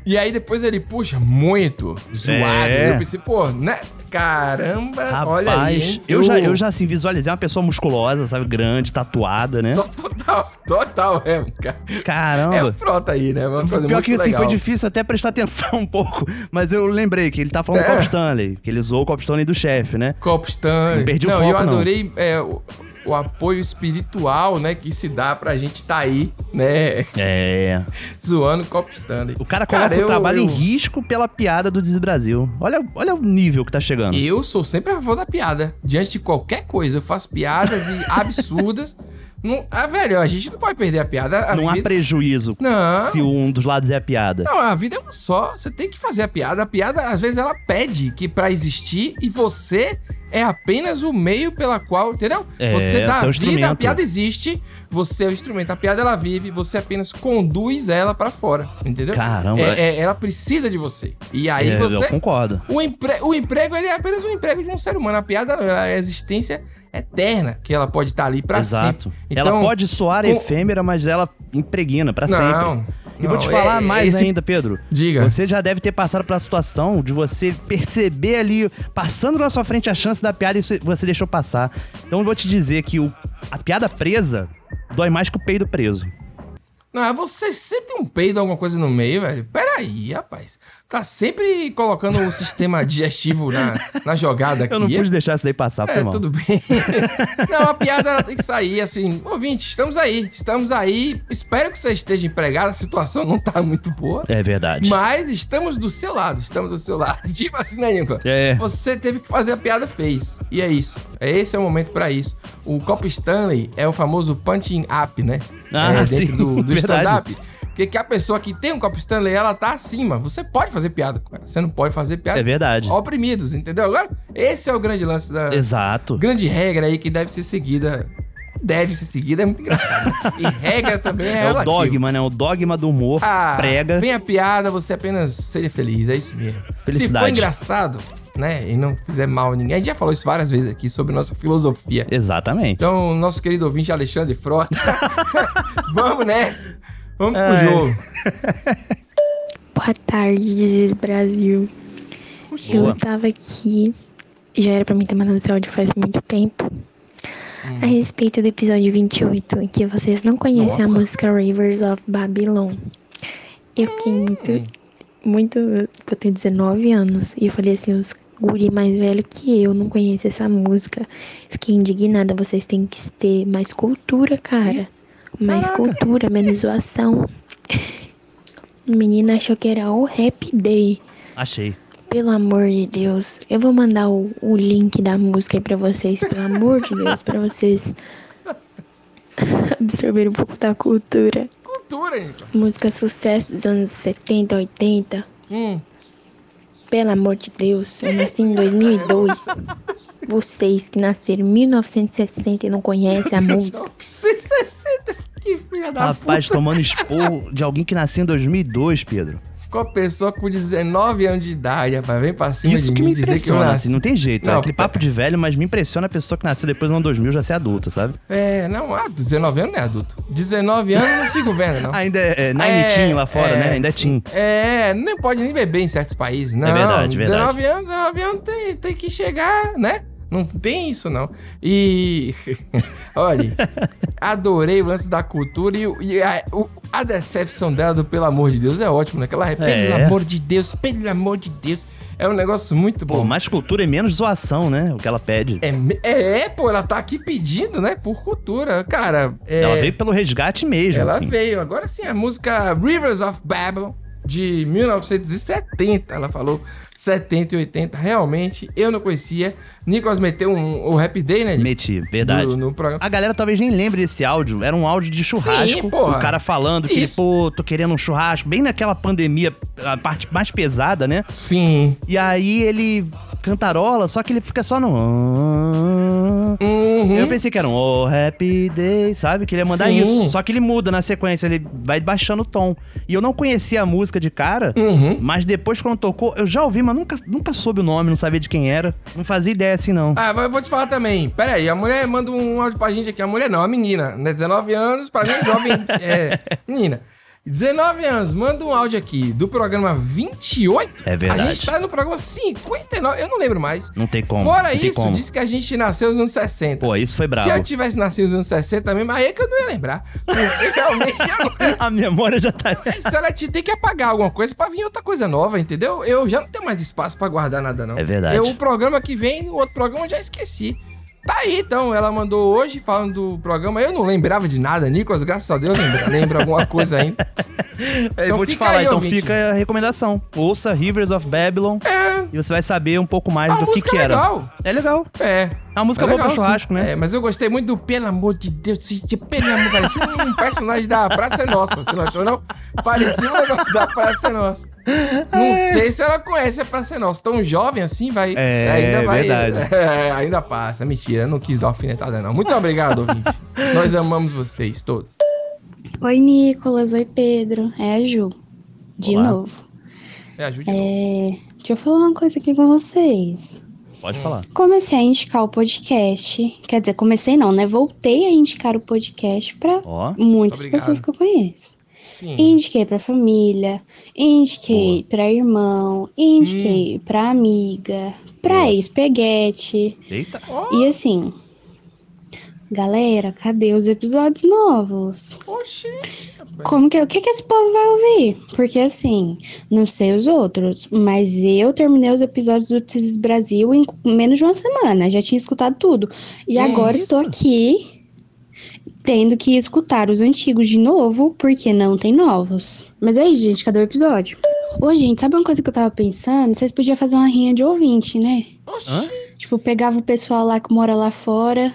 E aí depois ele puxa muito zoado.
É.
Eu pensei, pô, né? Caramba, olha aí.
Rapaz,
hein?
eu já, eu já assim, visualizei uma pessoa musculosa, sabe? Grande, tatuada, né?
Só total, total mesmo, cara. É o
Caramba.
frota aí, né? Uma coisa
Pior
muito
que assim,
legal.
foi difícil até prestar atenção um pouco. Mas eu lembrei que ele tá falando
É.
do Cop Stanley, que ele zoou o Cop Stanley do chefe, né?
Copo Stanley.
Não perdi o
É. não,
foco,
eu
não.
adorei é, o, o apoio espiritual, né? Que se dá pra gente tá aí, né?
É.
Zoando o Copo Stanley.
O cara coloca
eu-
o trabalho em
eu-
risco pela piada do Desbrasil. Olha, olha o nível que tá chegando.
Eu sou sempre a favor da piada. Diante de qualquer coisa, eu faço piadas e absurdas. Não, ah, velho, a gente não pode perder a piada. A
Não há
vida-
prejuízo
Não.
se um dos lados é a piada.
Não, a vida é uma só. Você tem que fazer a piada. A piada, às vezes, ela pede que pra existir e você é apenas o meio pela qual, entendeu?
É,
você dá
seu
a vida, a
instrumento.
piada existe, você é o instrumento. A piada, ela vive, você apenas conduz ela pra fora, entendeu?
Caramba.
É, é, ela precisa de você. E aí
É,
você...
Eu concordo.
O, empre- o emprego, ele é apenas um emprego de um ser humano. A piada, não, ela é a existência eterna, que ela pode estar ali pra
Exato.
sempre.
ela pode soar
com-
efêmera, mas ela impregna pra
Não,
sempre. E vou te falar mais ainda, Pedro.
Diga.
Você já deve ter passado pela situação de você perceber ali, passando na sua frente a chance da piada e isso- você deixou passar. Então eu vou te dizer que o- a piada presa dói mais que o peido preso.
Não, é você sempre tem um peido, alguma coisa no meio, velho. Peraí, rapaz. Tá sempre colocando o sistema digestivo na, na jogada aqui.
Eu não pude deixar isso daí passar,
É,
foi mal.
tudo bem. Não, a piada ela tem que sair, assim. Ouvinte, estamos aí. Estamos aí. Espero que você esteja empregado. A situação não tá muito boa.
É verdade.
Mas estamos do seu lado. Estamos do seu lado. Tipo assim, né, Nicolas?
É.
Você teve que fazer a piada, fez. E é isso. É Esse é o momento pra isso. O Cop Stanley é o famoso punching up, né?
Ah,
é,
sim,
dentro do, do
verdade.
stand-up. Porque que a pessoa que tem um copo Stanley, ela tá acima. Você pode fazer piada com ela. Você não pode fazer piada.
É verdade.
Oprimidos, entendeu? Agora, esse é o grande lance da.
Exato.
Grande regra aí que deve ser seguida. Deve ser seguida, é muito engraçado. e regra também é,
É o
relativo.
dogma, né? O dogma do humor
Ah,
prega.
Vem a piada, você apenas seja feliz, é isso mesmo. Se
Felicidade.
for engraçado, né, e não fizer mal a ninguém, a gente já falou isso várias vezes aqui sobre nossa filosofia.
Exatamente.
Então, nosso querido ouvinte Alexandre Frota, vamos nessa. Vamos pro
Ai.
jogo.
Boa tarde, Brasil.
Boa.
Eu tava aqui, já era pra mim ter mandado esse áudio faz muito tempo, a respeito do episódio 28, em que vocês não conhecem a
Nossa.
música Rivers of Babylon. Eu fiquei muito, muito. Eu tenho 19 anos e eu falei assim: os guri mais velho que eu não conhece essa música. Fiquei indignada, vocês têm que ter mais cultura, cara. Mais cultura, menos zoação. O menino achou que era o Happy Day.
Achei.
Pelo amor de Deus, eu vou mandar o, o link da música aí pra vocês, pelo amor de Deus, pra vocês absorverem um pouco da cultura.
Cultura, Nico.
Música sucesso dos anos 70, 80.
Hum.
Pelo amor de Deus, eu nasci em 2002. Vocês que nasceram em 1960 e não conhecem a música.
60, que filha da
Rapaz,
puta.
tomando esporro de alguém que nasceu em 2002, Pedro.
Com a pessoa com 19 anos de idade, rapaz, vem pra cima
Isso
de
que
mim
me
dizer que eu
impressiona,
nasci.
assim, não tem jeito.
Não,
é aquele papo de velho, mas me impressiona a pessoa que nasceu depois do ano 2000 já ser adulta, sabe?
É, não, ah, 19 anos não é adulto. 19 anos não se governa, não.
Ainda é, é na lá fora,
é.
né? Ainda é teen.
É, não pode nem beber em certos países, não.
É verdade, verdade.
19 anos, 19 anos tem, tem que chegar, né? Não tem isso, não. E. Olha, adorei o lance da cultura e, o- e a, o- a decepção dela do pelo amor de Deus é ótimo, né? Aquela, pelo
É.
amor de Deus, pelo amor de Deus. É um negócio muito
Pô,
bom.
mais cultura e menos zoação, né? O que ela pede.
É, me- é, pô, ela tá aqui pedindo, né? Por cultura. Cara, é,
Ela veio pelo resgate mesmo,
ela
assim.
veio. Agora sim, a música Rivers of Babylon, de 1970. Ela falou 70 e 80. Realmente, eu não conhecia. Nicolas meteu um, o Happy Day, né? Nicolas?
Meti, verdade.
Do- no programa.
A galera talvez nem lembre desse áudio. Era um áudio de churrasco.
Sim, porra.
O cara falando que,
Isso.
pô, tô querendo um churrasco. Bem naquela pandemia, a parte mais pesada, né?
Sim.
E aí ele cantarola, só que ele fica só no. Eu pensei que era um Oh Happy Day, sabe? Que ele ia mandar
Uhum. Sim.
isso. Só que ele muda na sequência, ele vai baixando o tom. E eu não conhecia a música de cara,
Uhum.
mas depois quando tocou, eu já ouvi, mas nunca, nunca soube o nome, não sabia de quem era. Não fazia ideia assim, não.
Ah, mas eu vou te falar também. Pera aí, a mulher manda um áudio pra gente aqui. A mulher não, a menina, né? 19 anos, pra mim é jovem. é, menina. 19 anos, manda um áudio aqui do programa 28.
É verdade.
A gente tá no programa 59, eu não lembro mais.
Não tem como.
Fora
não tem
isso,
como.
disse que a gente nasceu nos anos 60.
Pô, isso foi bravo.
Se eu tivesse nascido nos anos 60 mesmo, aí é que eu não ia lembrar. Porque realmente eu não...
A memória já tá.
Isso, ela te tem que apagar alguma coisa pra vir outra coisa nova, entendeu? Eu já não tenho mais espaço pra guardar nada, não.
É verdade.
Eu, o programa que vem, o outro programa eu já esqueci. Tá aí, então. Ela mandou hoje falando do programa. Eu não lembrava de nada, Nicolas. Graças a Deus lembra, lembra alguma coisa ainda.
Eu
Então
vou te
fica
falar,
aí,
então
ouvinte.
fica a recomendação. Ouça Rivers of Babylon e você vai saber um pouco mais
A
do
É.
que,
música
que
é
era.
legal.
É legal.
É.
É uma música
É
boa
legal,
pra churrasco,
sim.
né?
É, mas eu gostei muito do Pelo amor de Deus, se- de- pelo amor parecia um personagem da Praça é Nossa, você não achou, não? Parecia um negócio da Praça é Nossa. Não sei se ela conhece a Praça é Nossa. Tão jovem assim, vai.
É, verdade.
É, ainda passa. Mentira, não quis dar alfinetada, não. Muito obrigado, ouvinte. Nós amamos vocês todos.
Oi, Nicolas. Oi, Pedro. É a Ju. De
Olá.
novo.
Me ajude.
É... Deixa eu falar uma coisa aqui com vocês.
Pode falar.
Comecei a indicar o podcast. Quer dizer, comecei não, né? Voltei a indicar o podcast pra
Ó.
muitas
Obrigado.
pessoas que eu conheço. Indiquei pra família, indiquei pra irmão, indiquei pra amiga, pra ex-peguete.
Eita.
E assim, galera, cadê os episódios novos?
Oxi.
Como que, o que que esse povo vai ouvir? Porque assim, não sei os outros, mas eu terminei os episódios do Tisis Brasil em menos de uma semana, já tinha escutado tudo. E
É
agora estou aqui tendo que escutar os antigos de novo, porque não tem novos. Mas é isso, gente, cadê o episódio? Ô, gente, sabe uma coisa que eu tava pensando? Vocês podiam fazer uma rinha de ouvinte, né? Tipo, pegava o pessoal lá que mora lá fora,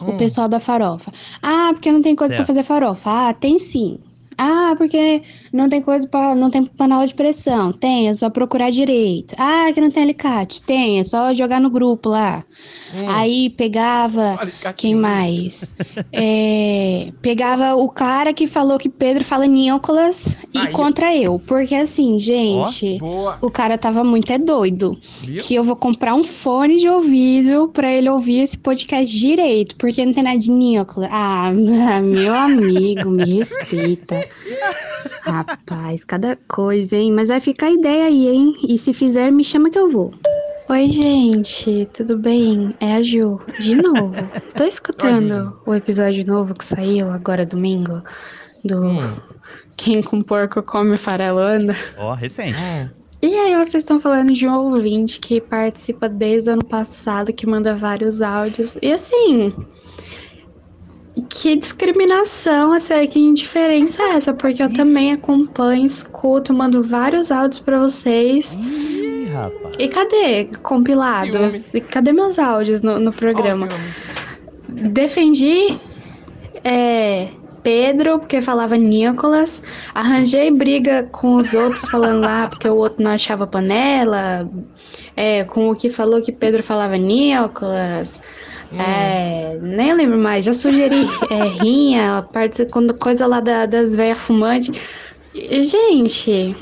o pessoal da farofa. Ah, porque não tem coisa pra
Certo.
fazer farofa. Ah, tem sim. Ah, porque não tem coisa para não tem panela de pressão. Tem, é só procurar direito. Ah, que não tem alicate. Tem, é só jogar no grupo lá.
Hum.
Aí pegava quem mais? É, pegava o cara que falou que Pedro fala Nicolas e contra eu, porque assim, gente,
boa.
o cara tava muito é doido.
Viu?
Que eu vou comprar um fone de ouvido pra ele ouvir esse podcast direito, porque não tem nada de Nicolas. Ah, meu amigo, me respeita. Rapaz, cada coisa, hein? Mas vai ficar a ideia aí, hein? E se fizer, me chama que eu vou.
Oi, gente, tudo bem? É a Ju, de novo. Tô escutando o episódio novo que saiu agora domingo do Quem com Porco Come Farelo Anda.
Ó, recente.
É.
E aí, vocês estão falando de um ouvinte que participa desde o ano passado, que manda vários áudios. E assim. Que discriminação essa aí, que indiferença é essa? Porque eu também acompanho, escuto, mando vários áudios pra vocês.
Ih, rapaz.
E cadê compilado? E Cadê meus áudios no, no programa? Defendi é, Pedro, porque falava Nicolas. Arranjei briga com os outros falando lá, porque o outro não achava panela. É, com o que falou que Pedro falava Nicolas. É, nem lembro mais, já sugeri é, rinha, a parte quando coisa lá da- das velhas fumantes. E, Gente,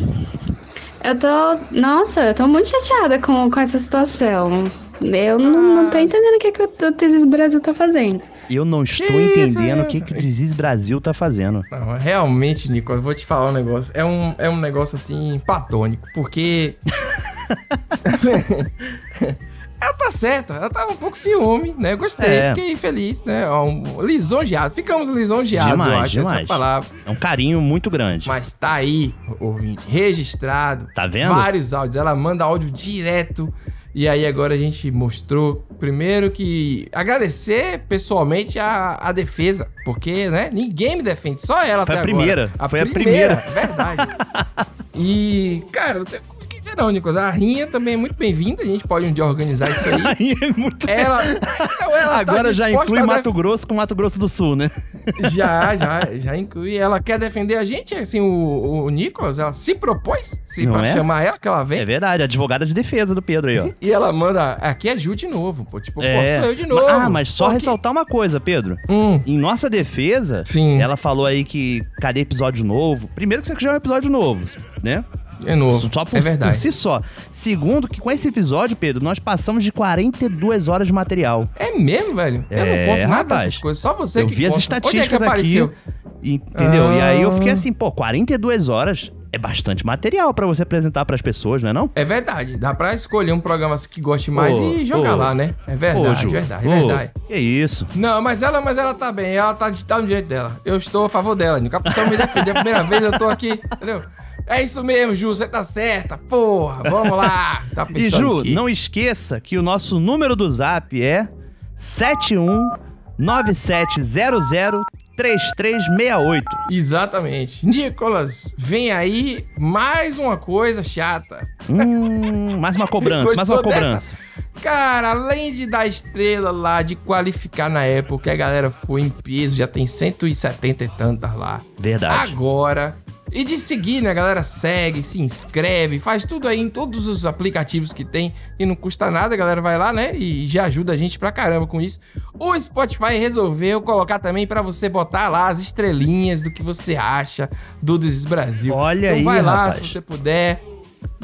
eu tô. Nossa, eu tô muito chateada com, com essa situação. Eu não, não tô entendendo o que, que o Tesis Brasil tá fazendo.
Eu não estou
Que isso,
entendendo
né?
o que, que o Disease Brasil tá fazendo.
Não, realmente, Nicolas, vou te falar um negócio. É um, é um negócio assim, platônico, porque. ela tá certa, ela tava um pouco ciúme, né? Eu gostei,
É.
fiquei feliz, né? Um, lisonjeado, ficamos lisonjeados, eu acho, essa palavra.
É um carinho muito grande.
Mas tá aí, ouvinte, registrado.
Tá vendo?
Vários áudios. Ela manda áudio direto. E aí agora a gente mostrou, primeiro que agradecer pessoalmente a, a defesa, porque, né, ninguém me defende, só ela
Foi
até
a primeira,
agora. é
foi a
Verdade. e, cara, não tem o que dizer não, Nicolas, a Rinha também é muito bem-vinda, a gente pode um dia organizar isso aí. a
Rinha é muito
ela, ela tá
Agora já
disposta
inclui
a
Mato Grosso com Mato Grosso do Sul, né?
já, já, já inclui. Ela quer defender a gente, assim, o, o Nicolas, ela se propôs se
Não
pra
é?
chamar ela, que ela vem.
É verdade, advogada de defesa do Pedro aí, ó.
E ela manda, aqui é Ju de novo, pô. Tipo, pô, sou eu de
Ma-
novo.
Ah, mas só
Pô, que-
ressaltar uma coisa, Pedro.
Hum.
Em nossa defesa, ela falou aí que cada episódio novo. Primeiro que isso aqui já é um episódio novo, né?
É novo,
Só por,
é verdade.
por si só. Segundo, que com esse episódio, Pedro, nós passamos de 42 horas de material.
É mesmo, velho? Eu
É,
não conto nada
rapaz.
dessas coisas, só você
eu
que
vi as
conta. Onde é que
estatísticas
apareceu?
aqui. Entendeu? E aí eu fiquei
Ah.
assim, pô, 42 horas é bastante material pra você apresentar pras pessoas, não é não?
É verdade, dá pra escolher um programa que goste mais
Ô,
e jogar
ô,
lá, né? É
ô,
verdade,
Ju,
verdade,
ô,
verdade.
Que isso?
Não, mas ela, mas ela tá bem, ela tá, tá no direito dela. Eu estou a favor dela, Nico. A pessoa me defendeu a primeira vez, eu tô aqui, entendeu? É isso mesmo, Ju, você tá certa, porra, vamos lá. Tá
E
pensando
Ju,
que-
não esqueça que o nosso número do zap é 71970033368.
Exatamente. Nicolas, vem aí mais uma coisa chata.
Hum, mais uma cobrança, mais uma
Gostou dessa?
cobrança.
Cara, além de dar estrela lá, de qualificar na época, a galera foi em peso, já tem 170 e tantas lá.
Verdade.
Agora. E de seguir, né? A galera segue, se inscreve, faz tudo aí em todos os aplicativos que tem e não custa nada, a galera vai lá, né? E já ajuda a gente pra caramba com isso. O Spotify resolveu colocar também pra você botar lá as estrelinhas do que você acha do Desis Brasil.
Olha
então
aí,
vai lá
rapaz.
se você puder.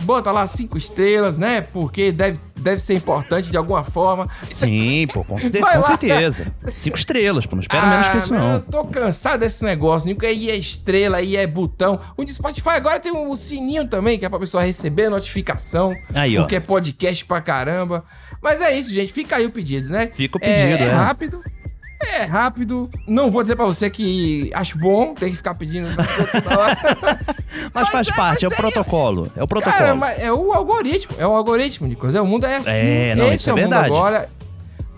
Bota lá cinco estrelas, né? Porque deve, deve ser importante de alguma forma.
Sim, pô, com, certe-
Vai
com
lá. Ah,
certeza. Cinco estrelas, pô, não espero menos que isso,
meu,
não.
Eu tô cansado desse negócio, Nico. Aí é estrela, aí é botão. O de Spotify agora tem um sininho também, que é pra pessoa receber a notificação.
Aí, ó.
Porque é podcast pra caramba. Mas é isso, gente. Fica aí o pedido, né?
Fica o
É,
pedido,
é
é.
rápido. É rápido. Não vou dizer pra você que acho bom, tem que ficar pedindo essas coisas toda hora.
Mas faz parte, é o protocolo. É o protocolo.
Cara, mas é o algoritmo. É o algoritmo, Nicolas. É, o mundo é assim.
É, não,
Esse
isso
é,
é
o mundo
verdade.
agora.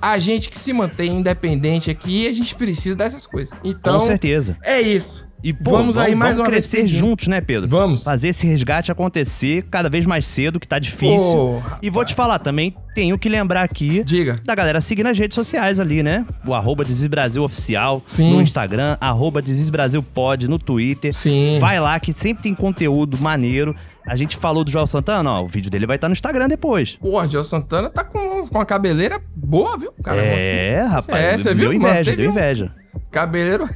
A gente que se mantém independente aqui, a gente precisa dessas coisas. Então,
Com certeza.
É isso.
E pô,
vamos, aí mais uma vez
crescer
pedir.
juntos, né, Pedro?
Vamos.
Fazer esse resgate acontecer cada vez mais cedo, que tá difícil.
Pô,
e vou te falar também, tenho que lembrar aqui
Diga.
da galera seguir nas redes sociais ali, né? O arroba Desbrasil Oficial
Sim.
no Instagram, arroba Desbrasil Pod no Twitter.
Sim.
Vai lá que sempre tem conteúdo maneiro. A gente falou do João Santana, ó, o vídeo dele vai estar no Instagram depois.
Pô, o Joel Santana tá com, com uma cabeleira boa, viu, cara?
é,
Nossa,
rapaz.
É, você
deu
viu?
inveja,
Manteve
deu
um É.
inveja.
Cabeleiro.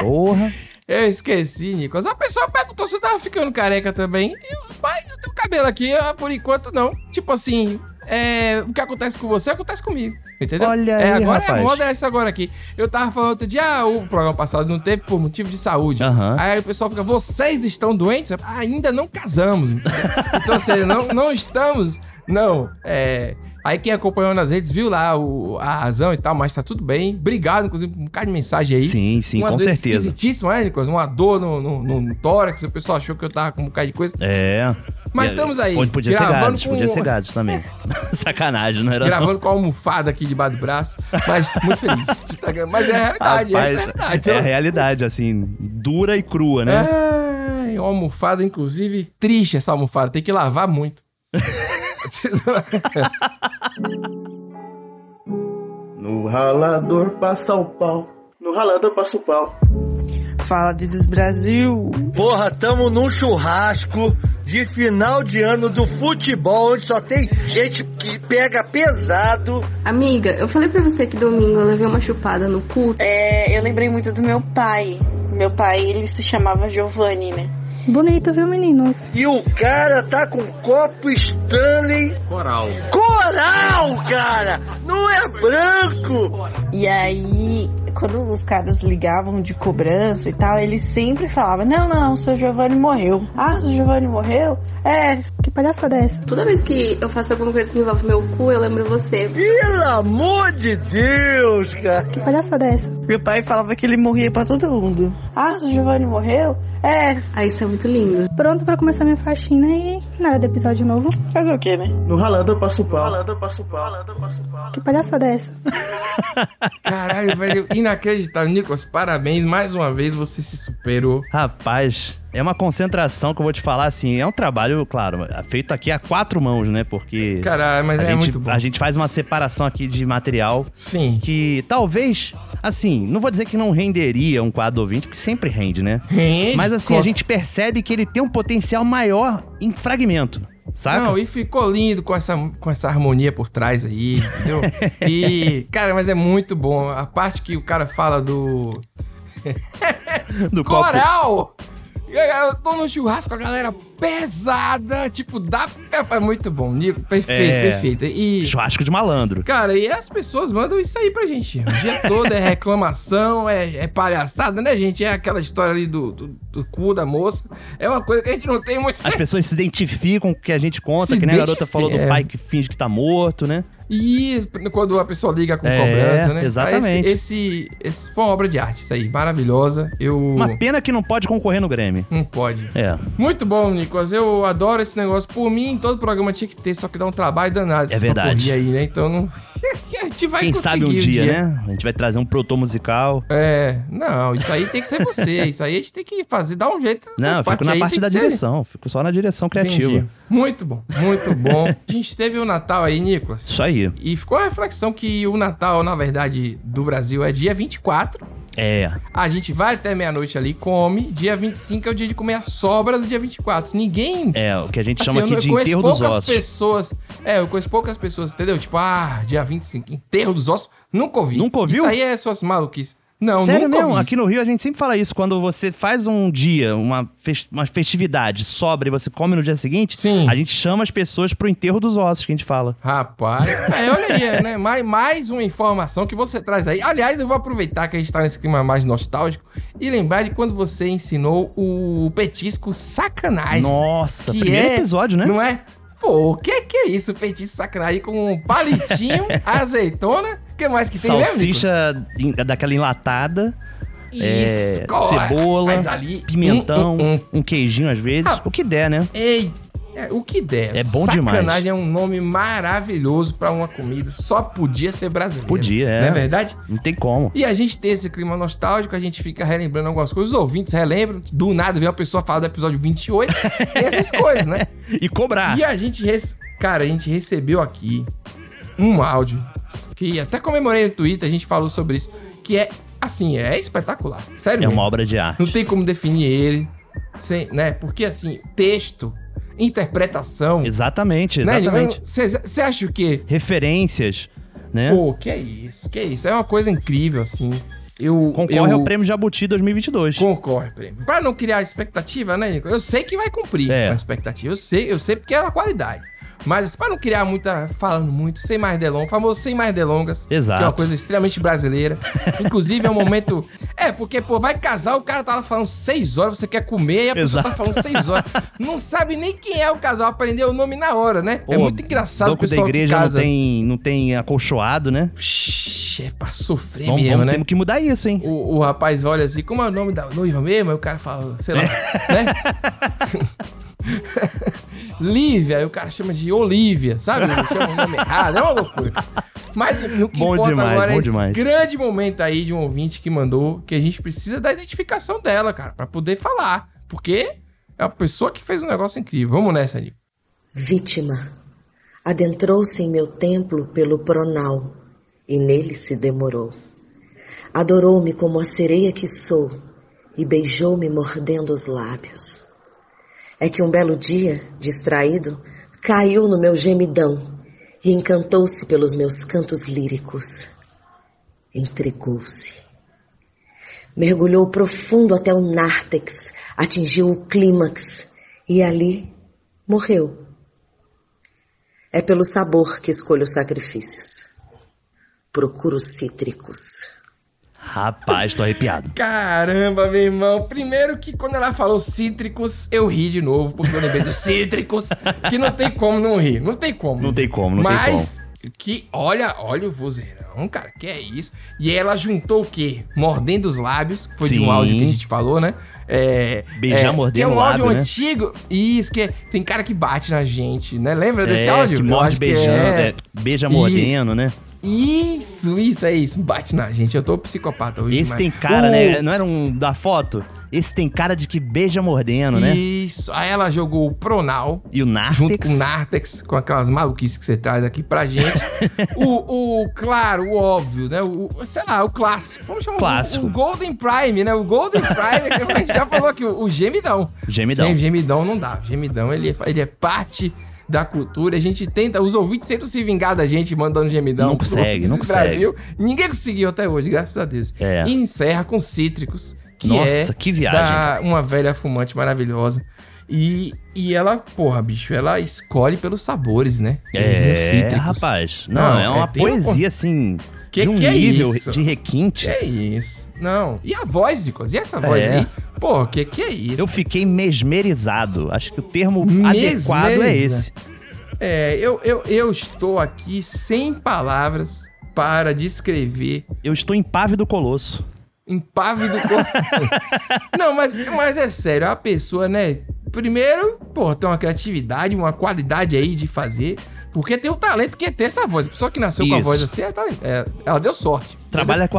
Porra.
Eu esqueci, Nicolas. A pessoa perguntou se eu tava ficando careca também. E, mas eu tenho cabelo aqui, ah, por enquanto não. Tipo assim, é, o que acontece com você acontece comigo. Entendeu?
Olha
é,
aí,
agora é
rapaz.
moda essa agora aqui. Eu tava falando outro dia, ah, o programa passado não teve por motivo de saúde. Aí o pessoal fica, vocês estão doentes? Ainda não casamos. entendeu? então, assim, não, não estamos. Não, é. Aí quem acompanhou nas redes viu lá o- a razão e tal, mas tá tudo bem. Obrigado, inclusive, por um bocado de mensagem aí.
Sim, sim,
Uma
com
doença
certeza.
esquisitíssima, né, Nicolas? Uma dor no, no, no- no tórax, o pessoal achou que eu tava com um bocado de coisa.
É.
Mas
E-
estamos aí,
Pode, podia ser
gravando
gases,
com-
podia ser gases também. Sacanagem, né? não era?
Gravando com a almofada aqui debaixo do braço, mas muito feliz. de estar gravando. Mas é a realidade,
Rapaz,
essa é a realidade.
É a realidade, assim, dura e crua,
É.
né?
Ai, uma almofada, inclusive, triste essa almofada, tem que lavar muito.
No ralador passa o pau. No ralador passa o pau.
Fala, This Brasil. Porra, tamo num churrasco de final de ano do futebol, onde só tem gente que pega pesado.
Amiga, eu falei pra você que domingo eu levei uma chupada no cu. É, eu lembrei muito do meu pai. Meu pai, ele se chamava Giovanni, né?
Bonito, viu, meninos?
E o cara tá com copo Stanley. Coral. Coral, cara! Não é branco!
E aí, quando os caras ligavam de cobrança e tal, ele sempre falava: Não, não, seu Giovanni morreu. Ah, seu Giovanni morreu? É. Que palhaçada é essa?
Toda vez que eu faço alguma coisa que envolve meu cu, eu lembro você.
Pelo amor de Deus, cara!
Que palhaçada é essa? Meu pai falava que ele morria pra todo mundo.
Ah, o Giovanni morreu? É. Ah, isso é muito lindo.
Pronto pra começar minha faxina e nada do episódio novo.
Fazer o quê, né?
No ralador passa o pau.
Que palhaçada é essa?
Caralho, velho, inacreditável. Nicolas, parabéns, mais uma vez você se superou.
Rapaz, é uma concentração que eu vou te falar, assim, é um trabalho, claro, feito aqui a quatro mãos, né? Porque.
Caralho, mas
a
é
gente,
muito bom.
A gente faz uma separação aqui de material.
Sim.
Que talvez, assim, não vou dizer que não renderia um quadro ouvinte, porque sempre rende, né?
Rende,
Mas assim, a
claro.
gente percebe que ele tem um potencial maior em fragmento. Saca?
Não, e ficou lindo com essa, com essa harmonia por trás aí, entendeu? e, cara, mas é muito bom. A parte que o cara fala do.
do
Coral! Eu tô no churrasco, a galera pesada, tipo, dá. É muito bom, Nico. Perfeito,
É.
perfeito. E.
Churrasco de malandro.
Cara, e as pessoas mandam isso aí pra gente. O dia todo é reclamação, é, é palhaçada, né, gente? É aquela história ali do, do, do cu da moça. É uma coisa que a gente não tem muito.
As pessoas se identificam com o que a gente conta,
Se
que nem a garota
identifi-
falou do
é.
pai que finge que tá morto, né?
E quando a pessoa liga com
É,
cobrança, né?
exatamente.
Ah, Esse, esse, esse foi uma obra de arte, isso aí. Maravilhosa. Eu.
Uma pena que não pode concorrer no Grêmio.
Não pode.
É.
Muito bom, Nicolas. Eu adoro esse negócio. Por mim, todo programa tinha que ter, só que dá um trabalho danado.
É
essa
verdade.
paporinha aí, né? Então não. a gente vai
Quem sabe um
conseguir
dia, né? A gente vai trazer um protô musical.
É, não, isso aí tem que ser você. Isso aí a gente tem que fazer, dar um jeito.
Não,
essas
eu fico
partes
na
aí
parte
tem
da
que ser-
direção. Fico só na direção criativa.
Entendi. Muito bom, muito bom. a gente teve o Natal aí, Nicolas.
Isso aí.
E ficou a reflexão que o Natal, na verdade, do Brasil é dia 24.
É.
A gente vai até meia-noite ali, come. Dia 25 é o dia de comer a sobra do dia 24. Ninguém.
É, o que a gente
Assim,
chama
eu
aqui
não-
de
conheço
enterro dos
poucas
ossos.
pessoas. É, eu conheço poucas pessoas, entendeu? Tipo, ah, dia 25, enterro dos ossos. Nunca ouvi.
Nunca ouviu?
Isso aí é suas maluquices. Não,
Sério
nunca
mesmo?
ouvi
Aqui no Rio a gente sempre fala isso. Quando você faz um dia, uma, fes- uma festividade sobra e você come no dia seguinte, a gente chama as pessoas pro enterro dos ossos que a gente fala.
Rapaz. É, olha aí, né? Mais, mais uma informação que você traz aí. Aliás, eu vou aproveitar que a gente tá nesse clima mais nostálgico e lembrar de quando você ensinou o petisco sacanagem.
Nossa, primeiro episódio, né?
Não é? Pô, o que que é isso? Petisco sacanagem com um palitinho, azeitona, o que mais que tem, né, amigo?
Salsicha em- daquela enlatada.
Isso,
é,
cara.
cebola,
Mas ali,
pimentão, um queijinho às vezes, o que der, né?
Ah, Ei, é, o que der.
É bom
Sacanagem
demais.
é um nome maravilhoso pra uma comida. Só podia ser brasileira.
Podia, é.
Não é verdade?
Não tem como.
E a gente tem esse clima nostálgico, a gente fica relembrando algumas coisas. Os ouvintes relembram. Do nada vem uma pessoa falar do episódio 28. tem essas coisas, né?
E cobrar.
E a gente... rece- Cara, a gente recebeu aqui um áudio que até comemorei no Twitter, a gente falou sobre isso, que é, assim, é espetacular. Sério
É
mesmo.
uma obra de arte.
Não tem como definir ele, sem- né? Porque assim, texto, interpretação.
Exatamente,
né?
exatamente.
Você acha o quê?
Referências, né?
Pô, que é isso, que é isso. É uma coisa incrível, assim. Eu,
Concorre
eu-
ao Prêmio Jabuti 2022.
Concorre, prêmio. Pra não criar expectativa, né, Nico? Eu sei que vai cumprir
É.
a expectativa. Eu sei, eu sei porque é da qualidade. Mas assim, pra não criar muita. falando muito, sem mais delongas, famoso sem mais delongas.
Exato.
Que é uma coisa extremamente brasileira. Inclusive, é um momento. É, porque, pô, vai casar, o cara tá lá falando seis horas, você quer comer, e a pessoa tá
Exato.
falando seis horas. Não sabe nem quem é o casal, aprendeu o nome na hora, né? é
Pô,
muito engraçado o
banco da
pessoal
igreja
que casa.
não tem, não tem acolchoado, né?
É pra sofrer
Vamos-
mesmo,
vamos-
né?
Temos que mudar isso, hein?
O, o rapaz olha assim, como é o nome da noiva mesmo? Aí o cara fala, sei lá, né? Lívia, aí o cara chama de Olivia, sabe? Chama o nome errado, é uma loucura. Mas enfim, o que
Bom
importa
demais,
agora é
bom
esse
demais.
grande momento aí de um ouvinte que mandou que a gente precisa da identificação dela, cara, pra poder falar. Porque é uma pessoa que fez um negócio incrível. Vamos nessa, Nico.
Vítima, adentrou-se em meu templo pelo pronal e nele se demorou. Adorou-me como a sereia que sou e beijou-me mordendo os lábios. É que um belo dia, distraído, caiu no meu gemidão e encantou-se pelos meus cantos líricos. Entregou-se. Mergulhou profundo até o nártex, atingiu o clímax e ali morreu. É pelo sabor que escolho os sacrifícios. Procuro cítricos.
Rapaz, tô arrepiado.
Caramba, meu irmão. Primeiro que quando ela falou cítricos, eu ri de novo, porque eu lembrei dos cítricos, que não tem como não rir. Não tem como.
Não tem como, não tem
Mas
como.
que, olha, olha o vozeirão, cara, que é isso. E ela juntou o quê? Mordendo os lábios, que foi de um
Sim.
áudio que a gente falou, né? É,
Beijar
é,
mordendo
que é um
o lábio,
áudio
né?
antigo. Isso, que é- tem cara que bate na gente, né? Lembra desse
É,
áudio?
Que
Eu
morde
acho que
beijando,
é.
é, beija mordendo, né?
Isso, isso, é isso. Bate na gente. Eu tô psicopata hoje.
Esse
mas-
tem cara,
O-
né? Não era um da foto? Esse tem cara de que beija mordendo, né?
Isso. Aí ela jogou o Pronal.
E o Nartex.
Junto com o Nartex, com aquelas maluquices que você traz aqui pra gente. o, o, claro, o óbvio, né? O, o- sei lá, o clássico. Vamos chamar o-
Clássico.
O, Golden Prime, né? O Golden Prime, que a gente já falou aqui, o, o gemidão.
Gemidão.
Sem gemidão não dá. Gemidão, ele, é- ele é parte da cultura. A gente tenta, os ouvintes tentam se vingar da gente mandando gemidão.
Não consegue, não
um pro
consegue.
Brasil. Ninguém conseguiu até hoje, graças a Deus.
É.
E encerra com cítricos. Que
Nossa,
é
que viagem,
da-
cara.
uma velha fumante maravilhosa. E, e ela, porra, bicho, ela escolhe pelos sabores, né?
É,
Os cítricos.
rapaz. Não, é uma
tem um-
poesia, assim,
Que-
de um
que é
nível
isso?
de requinte. É.
Que é isso? Não. E a voz, Nicolas? E essa voz aí? Pô, o que, que é isso?
Eu fiquei mesmerizado. Acho que o termo adequado é
Mesmeriza.
esse.
É, eu, eu, eu estou aqui sem palavras para descrever.
Eu estou impávido colosso.
Impávido colosso. Não, mas, mas é sério, a pessoa, né? Primeiro, pô, tem uma criatividade, uma qualidade aí de fazer. Porque tem o talento que é ter essa voz. A pessoa que nasceu com a
Isso.
voz assim, é talento- é, ela deu sorte.
Trabalha com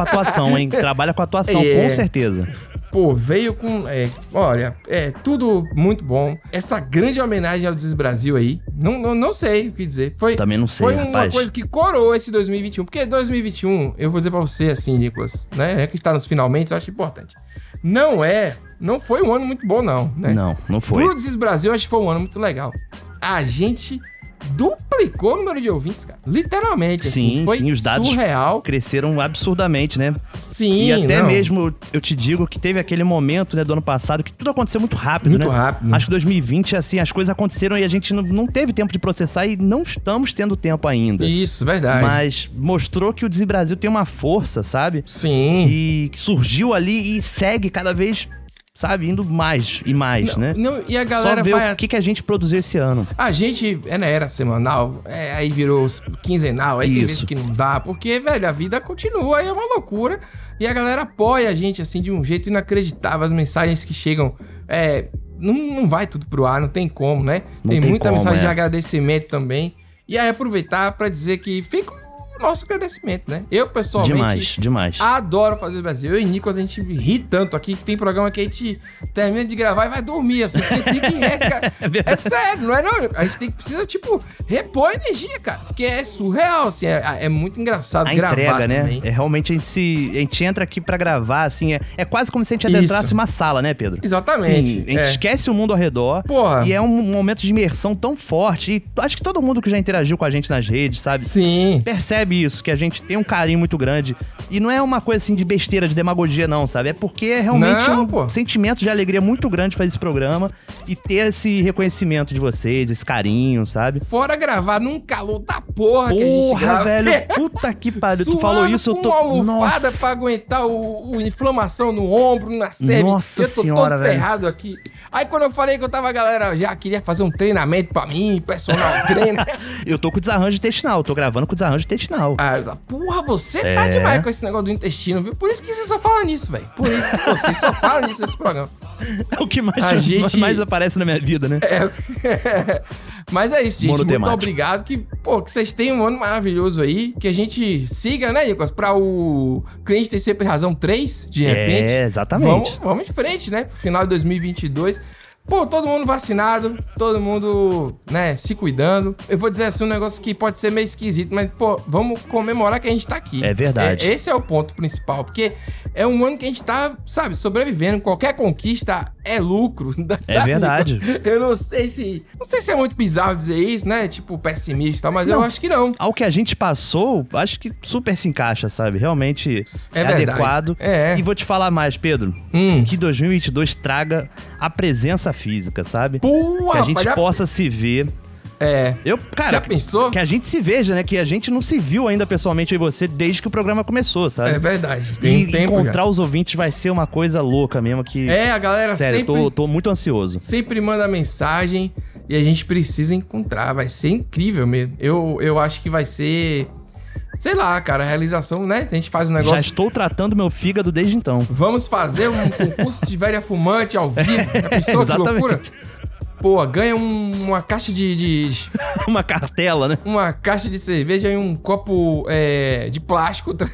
atuação, hein? Trabalha com atuação,
É.
com certeza.
Pô, veio com. é, olha, é tudo muito bom. Essa grande homenagem ao Desis Brasil aí. Não, não, não sei o que dizer. Foi,
Também não sei,
foi uma
rapaz.
coisa que coroou esse 2021. Porque 2021, eu vou dizer pra você assim, Nicolas, né? É que está nos finalmente, eu acho importante. Não é. Não foi um ano muito bom, não. Né?
Não, não foi.
Pro Desis Brasil, eu acho que foi um ano muito legal. A gente duplicou o número de ouvintes, cara. Literalmente,
Sim,
assim, foi
sim, os dados
surreal.
cresceram absurdamente, né?
Sim,
E até
não.
mesmo, eu te digo que teve aquele momento, né, do ano passado, que tudo aconteceu muito rápido,
Muito
né?
rápido.
Acho que 2020, assim, as coisas aconteceram e a gente não, não teve tempo de processar e não estamos tendo tempo ainda.
Isso, verdade.
Mas mostrou que o Desi Brasil tem uma força, sabe?
Sim.
E que surgiu ali e segue cada vez, sabe, indo mais e mais, né?
não, e a galera
Só ver
vai
o que, que a gente produziu esse ano.
A gente é na era semanal, é, aí virou s- quinzenal, aí tem
Isso.
vezes que não dá, porque, velho, a vida continua aí é uma loucura. E a galera apoia a gente, assim, de um jeito inacreditável. As mensagens que chegam, é, não, não vai tudo pro ar, não tem como, né?
Não
tem,
tem
muita
como,
mensagem de
é.
agradecimento também. E aí aproveitar pra dizer que fica o nosso agradecimento, né? Eu, pessoalmente...
Demais, demais.
Adoro fazer o Brasil. Eu e Nico, a gente ri tanto aqui que tem programa que a gente termina de gravar e vai dormir, assim, porque tem que é sério, não é não. A gente tem que precisa, tipo, repor a energia, cara. Porque é surreal, assim. É, é muito engraçado
a
gravar
entrega, né?
também.
É realmente a gente se a gente entra aqui pra gravar assim, é, é quase como se a gente adentrasse
Isso.
uma sala, né, Pedro?
Exatamente,
Sim, a gente
é.
esquece o mundo ao redor.
Porra.
E é um momento de imersão tão forte. E t- acho que todo mundo que já interagiu com a gente nas redes, sabe?
Sim.
Percebe isso, que a gente tem um carinho muito grande. E não é uma coisa assim de besteira, de demagogia, não, sabe? É porque é realmente
Não,
um sentimento de alegria muito grande fazer esse programa e ter esse reconhecimento de vocês, esse carinho, sabe?
Fora gravar num calor da porra, que a gente
Porra,
grava.
velho, puta que pariu.
Suando
tu falou isso, eu
com
tô.
uma almofada
Nossa.
pra aguentar o, o inflamação no ombro, na cerve.
Nossa
eu tô
senhora,
todo
velho.
ferrado aqui. Aí quando eu falei que eu tava, galera, já queria fazer um treinamento pra mim, personal trainer.
Eu tô com desarranjo intestinal, eu tô gravando com desarranjo intestinal.
Ah, Porra, você tá
É.
demais com esse negócio do intestino, viu? Por isso que você só fala nisso, velho. Por isso que você só fala nisso nesse programa.
É o que mais,
A gente-
mais aparece na minha vida, né?
É. Mas é isso, gente. Muito
Monotemático.
obrigado. Que, pô, que vocês tenham um ano maravilhoso aí. Que a gente siga, né, Nicolas? Pra o cliente ter sempre razão 3, de
É,
repente.
exatamente.
Vamos, vamos em frente, né? Pro final de 2022. Pô, todo mundo vacinado, todo mundo, né, se cuidando. Eu vou dizer assim um negócio que pode ser meio esquisito, mas, pô, vamos comemorar que a gente tá aqui.
É verdade.
É, esse é o ponto principal, porque é um ano que a gente tá, sabe, sobrevivendo. Qualquer conquista é lucro.
É
sabe?
verdade.
Eu não sei se. Não sei se é muito bizarro dizer isso, né? Tipo, pessimista, e tal, mas eu acho que não.
Ao que a gente passou, acho que super se encaixa, sabe? Realmente
É
é,
verdade.
adequado.
É. Hum.
E vou te falar mais, Pedro. Que 2022 traga a presença física, sabe?
Pua,
que a gente
rapaz, já-
possa se ver.
É.
Eu, cara,
Já pensou?
que a gente se veja, né? Que a gente não se viu ainda pessoalmente eu e você desde que o programa começou, sabe?
É verdade, tem
e
um tempo
encontrar
já.
os ouvintes vai ser uma coisa louca mesmo que
É, a galera
Sério, eu
sempre-
tô, tô muito ansioso.
Sempre manda mensagem e a gente precisa encontrar. Vai ser incrível mesmo. Eu, eu acho que vai ser. Sei lá, cara, a realização, né? A gente faz um
Já
negócio.
estou tratando meu fígado desde então.
Vamos fazer um concurso de velha fumante ao vivo. Já pensou que
Exatamente.
loucura? Pô, ganha um- uma caixa de, de-
Uma cartela, né?
Uma caixa de cerveja e um copo é, de plástico. tra-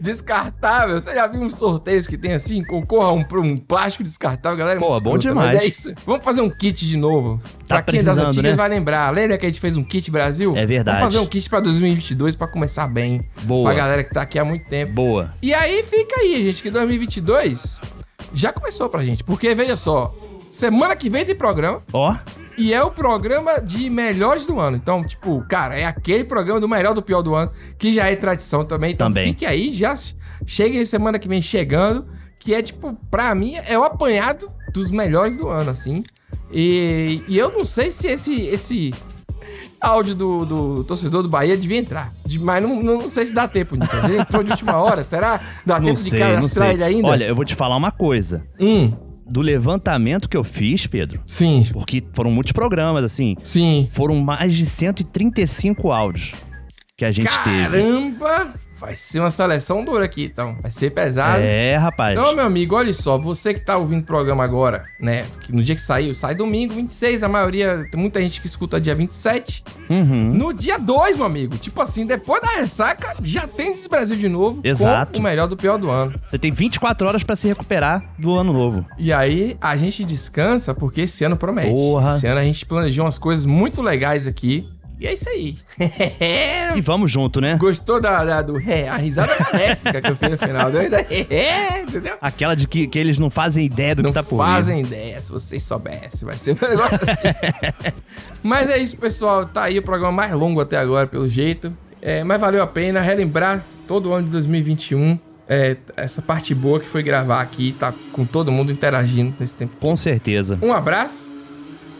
descartável. Você já viu uns sorteios que tem assim? Concorra a um, um plástico descartável, galera. é
Pô,
muito
bom
escrota,
demais.
Mas é isso. Vamos fazer um kit de novo.
Tá
pra quem é das
precisando,
antigas
né?
vai lembrar. Lembra que a gente fez um kit Brasil?
É verdade.
Vamos fazer um kit pra 2022 pra começar bem.
Boa.
Pra galera que tá aqui há muito tempo.
Boa.
E aí fica aí, gente, que 2022 já começou pra gente. Porque, veja só, semana que vem tem programa.
Ó.
E é o programa de melhores do ano. Então, tipo, cara, é aquele programa do melhor do pior do ano, que já é tradição também. Então
Também.
fique aí, já cheguem semana que vem chegando, que é tipo, pra mim, é o apanhado dos melhores do ano, assim. E, e eu não sei se esse, esse áudio do, do torcedor do Bahia devia entrar. De- mas não, não, não sei se dá tempo, Nico. Ele entrou de última hora, será? Dá
não
tempo
sei,
de
não
cadastrar
sei.
ele ainda?
Olha, eu vou te falar uma coisa.
Hum.
Do levantamento que eu fiz, Pedro.
Sim.
Porque foram muitos programas, assim.
Sim.
Foram mais de 135 áudios que a gente teve.
Caramba! Vai ser uma seleção dura aqui, então. Vai ser pesado.
É, rapaz.
Então, meu amigo, olha só, você que tá ouvindo o programa agora, né? Que no dia que saiu, sai domingo, 26, a maioria, tem muita gente que escuta dia 27.
Uhum.
No dia 2, meu amigo, tipo assim, depois da ressaca, já tem Desbrasil de novo. com
Exato.
o melhor do pior do ano.
Você tem 24 horas pra se recuperar do ano novo.
E aí a gente descansa porque esse ano promete.
Porra.
Esse ano a gente planejou umas coisas muito legais aqui. E é isso aí.
E vamos junto, né?
Gostou da, da- do ré? A risada maléfica que eu fiz no final. Deu É. ainda ré, entendeu?
Aquela de que, que eles não fazem ideia do que tá por vir.
Fazem ideia, se vocês soubessem, vai ser um negócio assim. mas é isso, pessoal. Tá aí o programa mais longo até agora, pelo jeito. É, mas valeu a pena relembrar todo o ano de 2021. é, essa parte boa que foi gravar aqui, tá com todo mundo interagindo nesse tempo.
Com certeza.
Um abraço.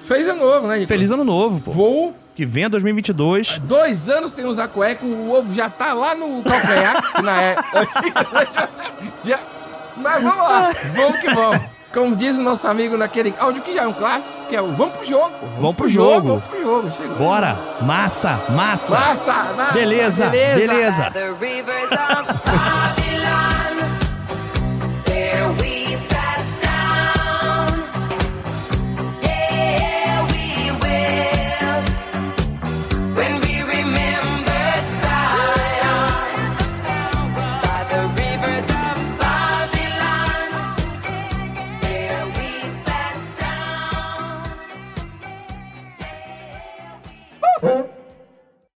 Feliz ano novo, né, Nicolas?
Feliz ano novo, pô.
Vou.
Que venha 2022.
Dois anos sem usar cueca, o ovo já tá lá no calcanhar. que na é... já... Mas vamos lá, vamos que vamos. Como diz o nosso amigo naquele áudio que já é um clássico, que é o vamos pro jogo. pô.
Vamos pro jogo.
Vamos pro jogo, chegou.
Bora! Massa! Massa!
Massa, massa,
Beleza!
beleza.
beleza.
The reverse of